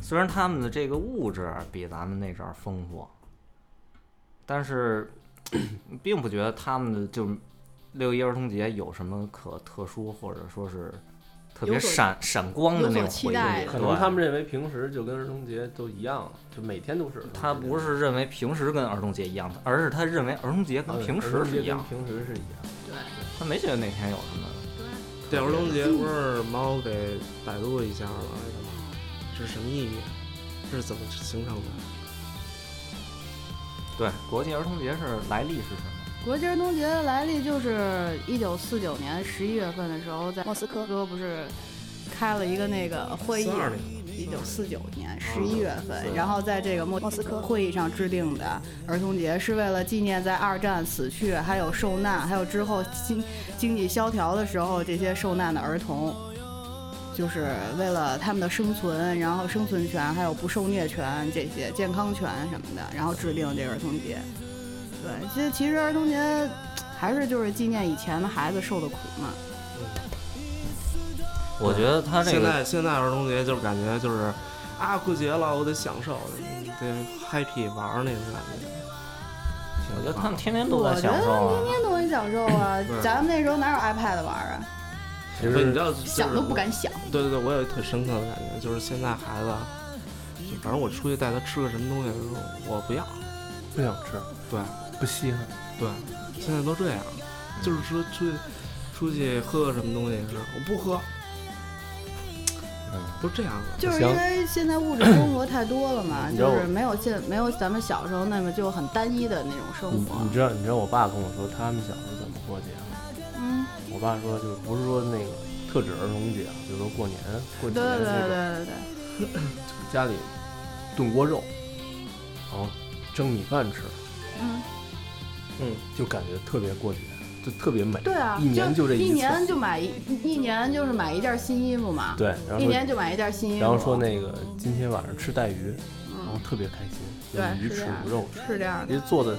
Speaker 4: 虽然他们的这个物质比咱们那阵儿丰富，但是 并不觉得他们的就是六一儿童节有什么可特殊，或者说是特别
Speaker 6: 有所
Speaker 4: 闪闪光的那种
Speaker 6: 有所期
Speaker 4: 回
Speaker 6: 待
Speaker 4: 忆。
Speaker 6: 的
Speaker 3: 可能
Speaker 4: 对
Speaker 3: 他们认为平时就跟儿童节都一样，就每天都是。
Speaker 4: 他不是认为平时跟儿童节一样，而是他认为儿童节跟
Speaker 3: 啊
Speaker 4: 平
Speaker 3: 儿
Speaker 4: 时
Speaker 3: 童
Speaker 4: 是
Speaker 3: 节
Speaker 4: 一样
Speaker 3: 跟，平时是一样。
Speaker 4: 他没觉得那天有什么。
Speaker 2: 这儿童节不是猫给百度一下了，是什么意义？啊是怎么形成的？
Speaker 4: 对，国际儿童节是来历是什么？
Speaker 8: 国际儿童节的来历就是一九四九年十一月份的时候，在莫斯科不是
Speaker 6: 开了一个那个会议
Speaker 2: 四，二
Speaker 6: 一
Speaker 2: 年
Speaker 6: 九四九年十一月份，然后在这个莫斯科会议上制定的儿童节，是为了纪念在二战死去、还有受难、还有之后经经济萧条的时候这些受难的儿童，就是为了他们的生存，然后生存权，还有不受虐权这些健康权什么的，然后制定这个儿童节。对，其实其实儿童节还是就是纪念以前的孩子受的苦嘛。
Speaker 4: 我觉得他这
Speaker 2: 现
Speaker 4: 个
Speaker 2: 在现在儿童节就是感觉就是啊，过节了，我得享受，得 happy 玩儿那种感觉。
Speaker 4: 我觉得他们天天都
Speaker 6: 我
Speaker 4: 在
Speaker 6: 觉
Speaker 4: 享
Speaker 6: 得
Speaker 4: 受啊
Speaker 6: 天。天都很享受啊
Speaker 2: 对，
Speaker 6: 咱们那时候哪有 iPad 玩儿啊，
Speaker 3: 其
Speaker 2: 对，你
Speaker 3: 实
Speaker 2: 知道就是
Speaker 6: 想都不敢想。
Speaker 2: 对对对，我有一特深刻的感觉，就是现在孩子，就反正我出去带他吃个什么东西，他说我不要。
Speaker 3: 不想吃，
Speaker 2: 对，
Speaker 3: 不稀罕。
Speaker 2: 对，现在都这样，
Speaker 6: 嗯
Speaker 2: 就是说出去出去喝个什么东西是，我不喝，
Speaker 6: 嗯
Speaker 2: 都这样了。
Speaker 6: 就是
Speaker 3: 行，
Speaker 6: 因为现在物质生活太多了嘛
Speaker 3: 你知道
Speaker 6: 就
Speaker 3: 我
Speaker 6: 是没有现没有咱们小时候那么就很单一的那种生
Speaker 3: 你
Speaker 6: 活
Speaker 3: 你。知道你知道我爸跟我说他们小时候怎么过节吗？
Speaker 6: 嗯，
Speaker 3: 我爸说就是不是说那个特指儿童节啊，比如说过年过节
Speaker 6: 嗯对对
Speaker 3: 那
Speaker 6: 对
Speaker 3: 种，
Speaker 6: 对对对，
Speaker 3: 家里炖锅肉，然后蒸米饭吃，
Speaker 6: 嗯，
Speaker 3: 就感觉特别过节，就特别美。
Speaker 6: 对啊，
Speaker 3: 一年就这
Speaker 6: 一
Speaker 3: 次。
Speaker 6: 年就买一一年就是买一件新衣服嘛，
Speaker 3: 对，然后
Speaker 6: 一
Speaker 3: 说
Speaker 6: 年就买一件新衣服。
Speaker 3: 然后说那个今天晚上吃带鱼，然后
Speaker 6: 嗯，
Speaker 3: 特别开心，有
Speaker 6: 对，
Speaker 3: 鱼吃
Speaker 6: 是这
Speaker 3: 有肉
Speaker 6: 样
Speaker 3: 吃，，
Speaker 6: 是这样
Speaker 3: 因
Speaker 6: 的，
Speaker 3: 为做的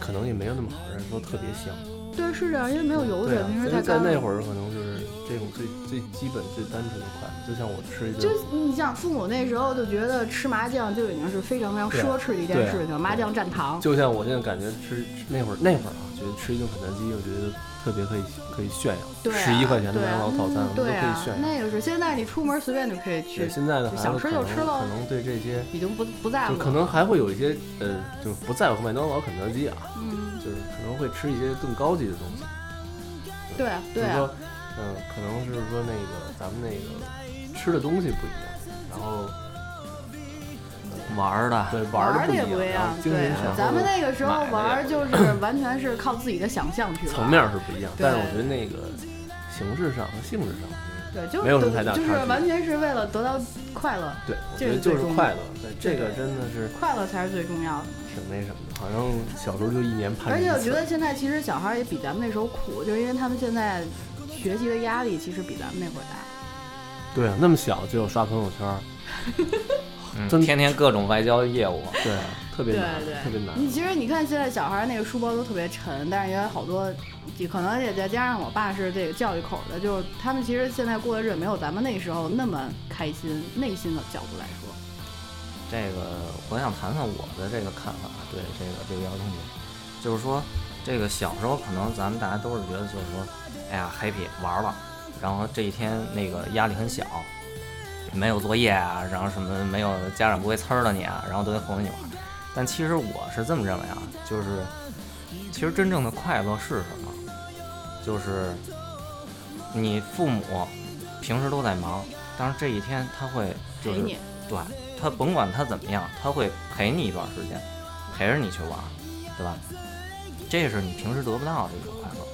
Speaker 3: 可能也没有那么好，人说特别香。
Speaker 6: 对，是这样，因为没有油
Speaker 3: 对
Speaker 6: 水，
Speaker 3: 啊，
Speaker 6: 平
Speaker 3: 所
Speaker 6: 时
Speaker 3: 以
Speaker 6: 太
Speaker 3: 在
Speaker 6: 干
Speaker 3: 那
Speaker 6: 了。
Speaker 3: 会儿可能就是这种最最基本最单纯的快乐，就像我吃一
Speaker 6: 就
Speaker 3: 顿，
Speaker 6: 你想，父母那时候就觉得吃麻酱就已经是非常非常
Speaker 3: 对啊
Speaker 6: 奢侈的一
Speaker 3: 对
Speaker 6: 件事情，麻酱蘸糖。
Speaker 3: 就像我现在感觉吃吃那会儿那会儿啊，觉得吃一顿肯德基，我觉得特别可以可以炫耀，
Speaker 6: 对啊
Speaker 3: 十一块钱的
Speaker 6: 对啊
Speaker 3: 麦当劳套餐我们都可
Speaker 6: 对啊
Speaker 3: 以，炫耀。
Speaker 6: 那个是现在你出门随便就可以
Speaker 3: 对，
Speaker 6: 去，
Speaker 3: 现在的孩子
Speaker 6: 想吃就
Speaker 3: 可
Speaker 6: 吃嗯
Speaker 3: 能
Speaker 6: 喽
Speaker 3: 可能对这些。
Speaker 6: 已经不不在乎
Speaker 3: 就
Speaker 6: 了。
Speaker 3: 可能还会有一些，呃，就是不在乎麦当劳、肯德基啊，
Speaker 6: 嗯，
Speaker 3: 就是可能会吃一些更高级的东西。
Speaker 6: 对啊对
Speaker 3: 就是
Speaker 6: 啊，
Speaker 3: 说，嗯、可能就是说那个咱们那个吃的东西不一样，然后
Speaker 4: 玩儿的，
Speaker 3: 对玩
Speaker 6: 玩
Speaker 3: 儿
Speaker 6: 儿
Speaker 3: 的
Speaker 6: 的也
Speaker 3: 不
Speaker 6: 不一
Speaker 3: 样，然
Speaker 6: 样
Speaker 3: 后，精
Speaker 6: 对
Speaker 3: 神
Speaker 6: 啊
Speaker 3: 享受
Speaker 6: 咱们那个时候玩儿就是 完全是靠自己的想象去玩儿
Speaker 3: 层面儿是不一样，
Speaker 6: 对
Speaker 3: 但是我觉得那个形式上和性质上，
Speaker 6: 对，就
Speaker 3: 没有什么太大
Speaker 6: 就
Speaker 3: 差
Speaker 6: 是
Speaker 3: 距
Speaker 6: 完全是为了得到快乐，
Speaker 3: 对，我觉
Speaker 6: 这
Speaker 3: 得
Speaker 6: 是
Speaker 3: 就
Speaker 6: 最
Speaker 3: 是
Speaker 6: 重
Speaker 3: 快
Speaker 6: 要
Speaker 3: 乐，对，这
Speaker 6: 对
Speaker 3: 个真的是
Speaker 6: 快乐才是最重要的。
Speaker 3: 挺那什么的，好像小时候就一年盼
Speaker 6: 而
Speaker 3: 着一
Speaker 6: 且
Speaker 3: 次。
Speaker 6: 我觉得现在其实小孩儿也比咱们那时候苦，就是因为他们现在学习的压力其实比咱们那会儿大。
Speaker 3: 对啊，那么小就要刷朋友圈儿，
Speaker 4: 嗯
Speaker 3: 真
Speaker 4: 天天各种外交业务。
Speaker 3: 对啊，特别
Speaker 6: 对
Speaker 3: 难，
Speaker 6: 对
Speaker 3: 特别难。
Speaker 6: 你其实你看现在小孩儿那个书包都特别沉，但是也有好多，可能也再加上我爸是这个教育口儿的，就是他们其实现在过的日子没有咱们那时候那么开心，内心的角度来说。
Speaker 4: 这个我想谈谈我的这个看法，对这个这个儿童节，就是说这个小时候可能咱们大家都是觉得就是说，哎呀 happy 玩儿吧，然后这一天那个压力很小，没有作业啊，然后什么没有家长不会呲儿了你啊，然后都得哄着你玩儿。但其实我是这么认为啊，就是其实真正的快乐是什么？就是你父母平时都在忙，但是这一天他会就是
Speaker 6: 陪你
Speaker 4: 对他甭管他怎么样，他会陪你一段时间，陪着你去玩儿，对吧？这是你平时得不到的一种快乐，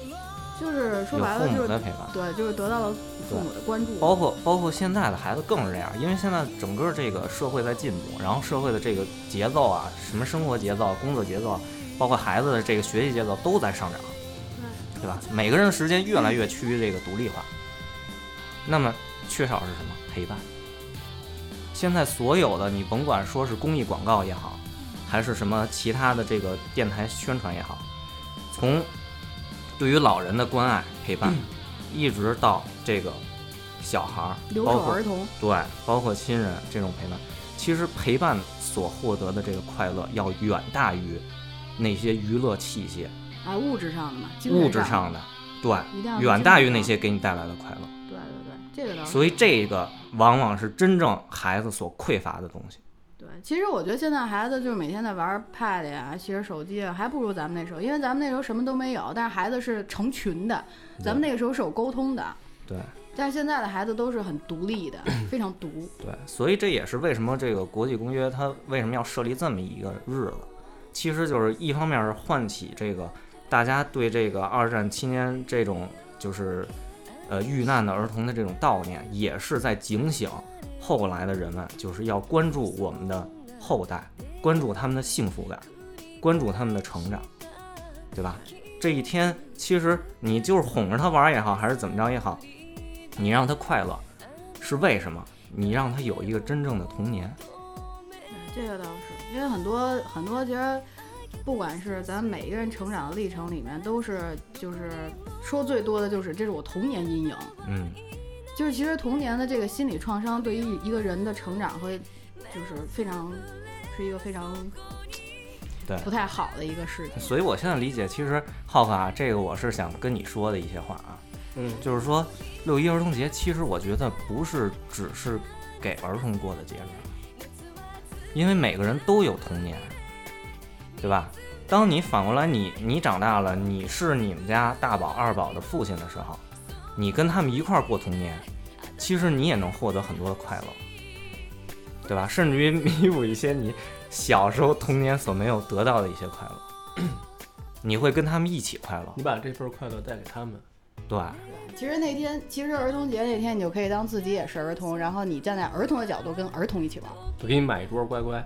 Speaker 6: 就是说白
Speaker 4: 有
Speaker 6: 了
Speaker 4: 父
Speaker 6: 就
Speaker 4: 母的
Speaker 6: 是
Speaker 4: 陪伴。
Speaker 6: 对，就是得到了父母的关注。
Speaker 4: 包括包括现在的孩子更是这样，因为现在整个这个社会在进步，然后社会的这个节奏啊，什么生活节奏、工作节奏，包括孩子的这个学习节奏都在上涨，对吧？每个人的时间越来越趋于这个独立化，那么缺少是什么？陪伴。现在所有的你甭管说是公益广告也好，还是什么其他的这个电台宣传也好，从对于老人的关爱陪伴，
Speaker 6: 嗯
Speaker 4: 一直到这个小孩儿，
Speaker 6: 留
Speaker 4: 包
Speaker 6: 守
Speaker 4: 括
Speaker 6: 儿童，
Speaker 4: 对，包括亲人这种陪伴，其实陪伴所获得的这个快乐要远大于那些娱乐器械，
Speaker 6: 啊，物质上的嘛，精神
Speaker 4: 物质上的，对，
Speaker 6: 一定要
Speaker 4: 远大于
Speaker 6: 精神上
Speaker 4: 那些给你带来的快乐。
Speaker 6: 对对对，这个倒是
Speaker 4: 所以这个往往是真正孩子所匮乏的东西。
Speaker 6: 对。其实我觉得现在孩子就是每天在玩 pad 呀、其实手机啊，还不如咱们那时候，因为咱们那时候什么都没有，但是孩子是成群的，咱们那个时候是有沟通的。
Speaker 4: 对
Speaker 6: 但是现在的孩子都是很独立的，非常独。
Speaker 4: 对，所以这也是为什么这个国际公约它为什么要设立这么一个日子，其实就是一方面是唤起这个大家对这个二战期间这种就是呃遇难的儿童的这种悼念，也是在警醒后来的人们，就是要关注我们的后代，关注他们的幸福感，关注他们的成长，对吧？这一天其实你就是哄着他玩儿也好，还是怎么着也好，你让他快乐，是为什么？你让他有一个真正的童年。
Speaker 6: 这个倒是，因为很多很多，其实不管是咱每一个人成长的历程里面，都是就是说最多的就是这是我童年阴影，
Speaker 4: 嗯，
Speaker 6: 就是其实童年的这个心理创伤对于一个人的成长会就是非常是一个非常
Speaker 4: 对
Speaker 6: 不太好的一个事情。
Speaker 4: 所以我现在理解，其实浩法这个我是想跟你说的一些话啊，
Speaker 2: 嗯，
Speaker 4: 就是说六一儿童节，其实我觉得不是只是给儿童过的节日，因为每个人都有童年，对吧？当你反过来你，你长大了，你是你们家大宝、二宝的父亲的时候，你跟他们一块儿过童年，其实你也能获得很多的快乐，对吧？甚至于弥补一些你小时候童年所没有得到的一些快乐， 你会跟他们一起快乐。
Speaker 3: 你把这份快乐带给他们，
Speaker 4: 对，
Speaker 6: 其实那天，其实儿童节那天，你就可以当自己也是儿童，然后你站在儿童的角度跟儿童一起玩。
Speaker 3: 我给你买一桌乖乖，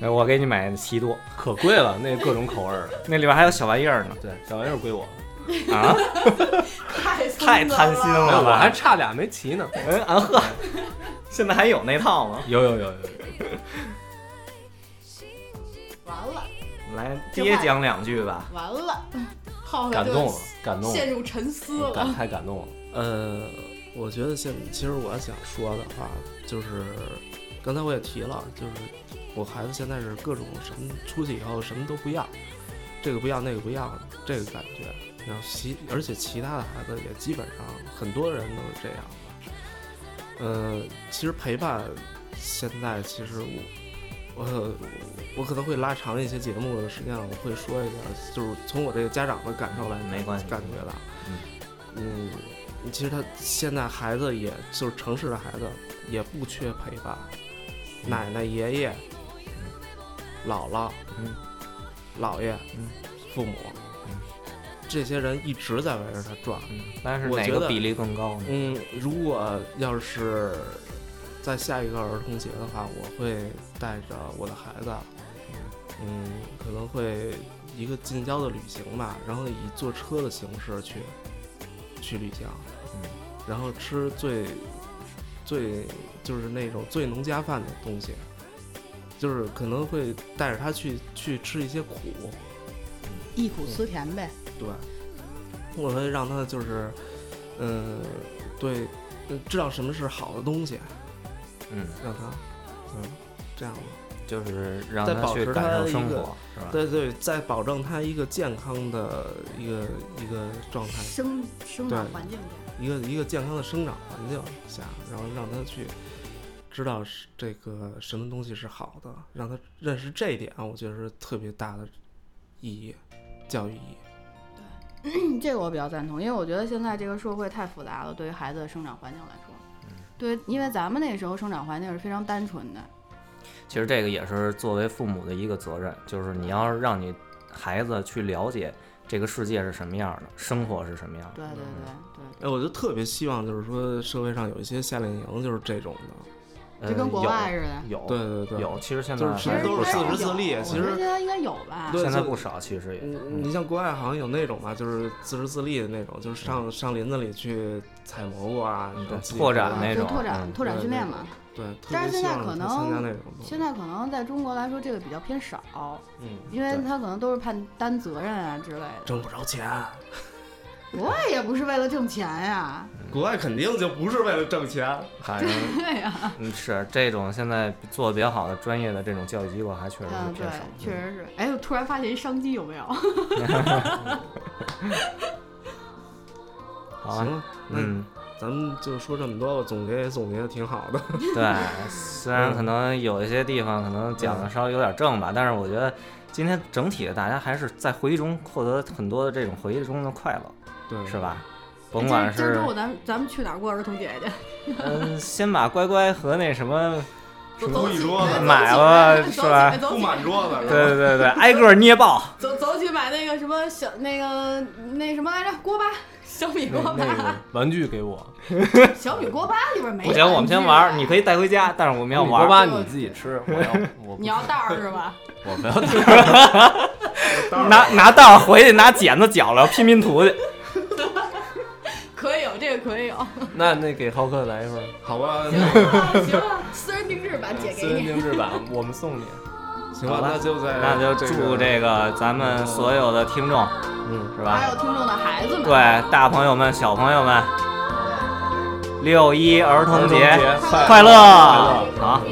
Speaker 4: 哎我给你买的奇多，
Speaker 3: 可贵了，那各种口味儿的，
Speaker 4: 那里边还有小玩意儿呢。
Speaker 3: 对，小玩意儿归我。
Speaker 4: 啊，太贪心
Speaker 3: 哎，
Speaker 4: 了吧！
Speaker 3: 我还差俩没齐呢。
Speaker 4: 嗯啊呵，现在还有那套吗？
Speaker 3: 有有有
Speaker 6: 哦
Speaker 3: 有，
Speaker 6: 完了
Speaker 4: 来，爹讲两句吧。
Speaker 6: 完了，浩
Speaker 3: 感动了，感动
Speaker 6: 陷
Speaker 3: 了，
Speaker 6: 入沉思
Speaker 3: 感
Speaker 6: 了。
Speaker 3: 太感动了。
Speaker 2: 呃，我觉得现其实我想说的话就是，刚才我也提了，就是我孩子现在是各种什么出去以后什么都不要，这个不要那个不要，这个感觉。然后其而且其他的孩子也基本上很多人都是这样的。呃，其实陪伴现在其实我。我呃我可能会拉长一些节目的时间，我会说一下，就是从我这个家长的感受来
Speaker 4: 没关系
Speaker 2: 感觉的。嗯，其实他现在孩子也就是城市的孩子也不缺陪伴，
Speaker 4: 嗯
Speaker 2: 奶奶、爷爷、姥姥、
Speaker 4: 嗯
Speaker 2: 姥爷、
Speaker 4: 嗯
Speaker 2: 父母、
Speaker 4: 嗯
Speaker 2: 这些人一直在围着他转。
Speaker 4: 嗯，但是
Speaker 2: 我
Speaker 4: 哪
Speaker 2: 觉
Speaker 4: 个
Speaker 2: 得
Speaker 4: 比例更高呢？
Speaker 2: 嗯，如果要是在下一个儿童节的话，我会带着我的孩子，嗯，可能会一个近郊的旅行吧，然后以坐车的形式去去旅行，
Speaker 4: 嗯
Speaker 2: 然后吃最最就是那种最农家饭的东西，就是可能会带着他去去吃一些苦，
Speaker 6: 忆苦思甜呗。
Speaker 2: 对，我会让他就是，嗯、对，呃知道什么是好的东西，
Speaker 4: 嗯，
Speaker 2: 让他，嗯，这样吧。
Speaker 4: 就是让
Speaker 2: 再
Speaker 4: 他
Speaker 2: 保
Speaker 4: 去
Speaker 2: 持
Speaker 4: 感
Speaker 2: 他
Speaker 4: 受
Speaker 2: 一
Speaker 4: 生
Speaker 2: 个
Speaker 4: 活，是吧？
Speaker 2: 对对，在保证他一个健康的一个一个状态，
Speaker 6: 生生
Speaker 2: 对
Speaker 6: 长环境这样。
Speaker 2: 一个一个健康的生长环境下，然后让他去知道是这个什么东西是好的，让他认识这一点，啊我觉得是特别大的意义，教育意义。
Speaker 6: 嗯，这个我比较赞同，因为我觉得现在这个社会太复杂了，对于孩子的生长环境来说，
Speaker 2: 嗯
Speaker 6: 对，因为咱们那时候生长环境是非常单纯的，
Speaker 4: 其实这个也是作为父母的一个责任，就是你要是让你孩子去了解这个世界是什么样的，生活是什么样的。
Speaker 6: 对对对
Speaker 2: 哎，我就特别希望就是说社会上有一些夏令营，就是这种的。
Speaker 6: 对，
Speaker 4: 呃
Speaker 6: 就跟国外似的。
Speaker 4: 有有
Speaker 2: 对对对，
Speaker 4: 有，其实现在
Speaker 2: 就是其
Speaker 4: 还
Speaker 2: 实都
Speaker 4: 不
Speaker 2: 是
Speaker 4: 少
Speaker 2: 四十自立，其
Speaker 6: 我觉得
Speaker 2: 实
Speaker 6: 现在应该有吧？
Speaker 2: 对
Speaker 4: 现在
Speaker 2: 就
Speaker 4: 不少，其实也
Speaker 2: 你嗯你像国外好像有那种吧，就是自食自立的那种，就是上上林子里去采蘑菇啊，然后自己
Speaker 4: 拓
Speaker 2: 回来
Speaker 4: 嗯展那
Speaker 6: 就
Speaker 4: 种
Speaker 6: 拓展
Speaker 4: 嗯
Speaker 6: 拓展
Speaker 2: 对嗯
Speaker 6: 训
Speaker 2: 对
Speaker 6: 练嘛。
Speaker 2: 对，特
Speaker 6: 但
Speaker 2: 别
Speaker 6: 是现
Speaker 2: 希
Speaker 6: 在
Speaker 2: 望
Speaker 6: 可
Speaker 2: 能参加
Speaker 6: 能
Speaker 2: 那种东西。
Speaker 6: 现在可能在中国来说，这个比较偏少，
Speaker 2: 嗯，
Speaker 6: 因为
Speaker 2: 对
Speaker 6: 他可能都是判担责任啊之类的。
Speaker 2: 挣不着钱，
Speaker 6: 国外也不是为了挣钱呀、
Speaker 4: 嗯
Speaker 2: 国外肯定就不是为了挣钱，
Speaker 4: 反正
Speaker 6: 对呀、
Speaker 4: 嗯是这种现在做的比较好的专业的这种教育机构还确实是
Speaker 6: 嗯，对
Speaker 4: 偏少，，
Speaker 6: 确实是。哎，我突然发现一商机，有没有？
Speaker 4: 好
Speaker 2: 行
Speaker 4: 啊吧，
Speaker 2: 了，那
Speaker 4: 嗯，
Speaker 2: 咱们就说这么多，我总结也总结的挺好的。
Speaker 4: 对，虽然可
Speaker 2: 嗯
Speaker 4: 能有一些地方可能讲的稍微有点正吧，但是我觉得今天整体的大家还是在回忆中获得很多的这种回忆中的快乐，
Speaker 2: 对，
Speaker 4: 是？吧？甭
Speaker 6: 今
Speaker 4: 管
Speaker 6: 今儿
Speaker 4: 是
Speaker 6: 中午咱们咱们去哪儿过儿童节去？
Speaker 4: 嗯，先把乖乖和那 什么，
Speaker 6: 走
Speaker 2: 出
Speaker 6: 走
Speaker 2: 一
Speaker 6: 起
Speaker 2: 桌
Speaker 6: 来
Speaker 2: 子
Speaker 4: 买了
Speaker 6: 走起
Speaker 4: 是
Speaker 6: 来
Speaker 4: 吧
Speaker 6: 走
Speaker 2: 不
Speaker 6: 起来
Speaker 2: 满桌子，
Speaker 4: 对
Speaker 2: 是吧
Speaker 4: 对对对，挨个儿捏爆，
Speaker 6: 走走起买那个什么小那个那什么来着锅巴，小米锅
Speaker 3: 那那
Speaker 6: 巴，
Speaker 3: 个玩具给 我，
Speaker 6: 小米锅巴里边没。
Speaker 4: 不行，我们先玩
Speaker 6: 哎
Speaker 4: 儿，你。可以带回家，但是我们要
Speaker 3: 你
Speaker 4: 玩
Speaker 3: 锅
Speaker 4: 儿。
Speaker 3: 巴你自己吃，我要我不
Speaker 6: 你要袋儿是吧？
Speaker 3: 我不要带，
Speaker 4: 拿拿道回去拿剪子绞了拼拼图去。
Speaker 6: 可以有这个，可以有。啊
Speaker 3: 那那给浩克来一份儿
Speaker 2: 好吧，
Speaker 6: 行了，私人定制版姐 给
Speaker 3: 私人
Speaker 6: 你。
Speaker 3: 定制版，我们送你。
Speaker 2: 行吧，那就在
Speaker 4: 那就祝这个咱们所有的听众，
Speaker 2: 嗯，
Speaker 4: 是
Speaker 6: 还
Speaker 4: 吧？
Speaker 6: 有听众的孩子们，
Speaker 4: 对，大朋友们、小朋友们，六一儿童节
Speaker 3: 儿童节快
Speaker 4: 快乐
Speaker 3: 乐！
Speaker 4: 好，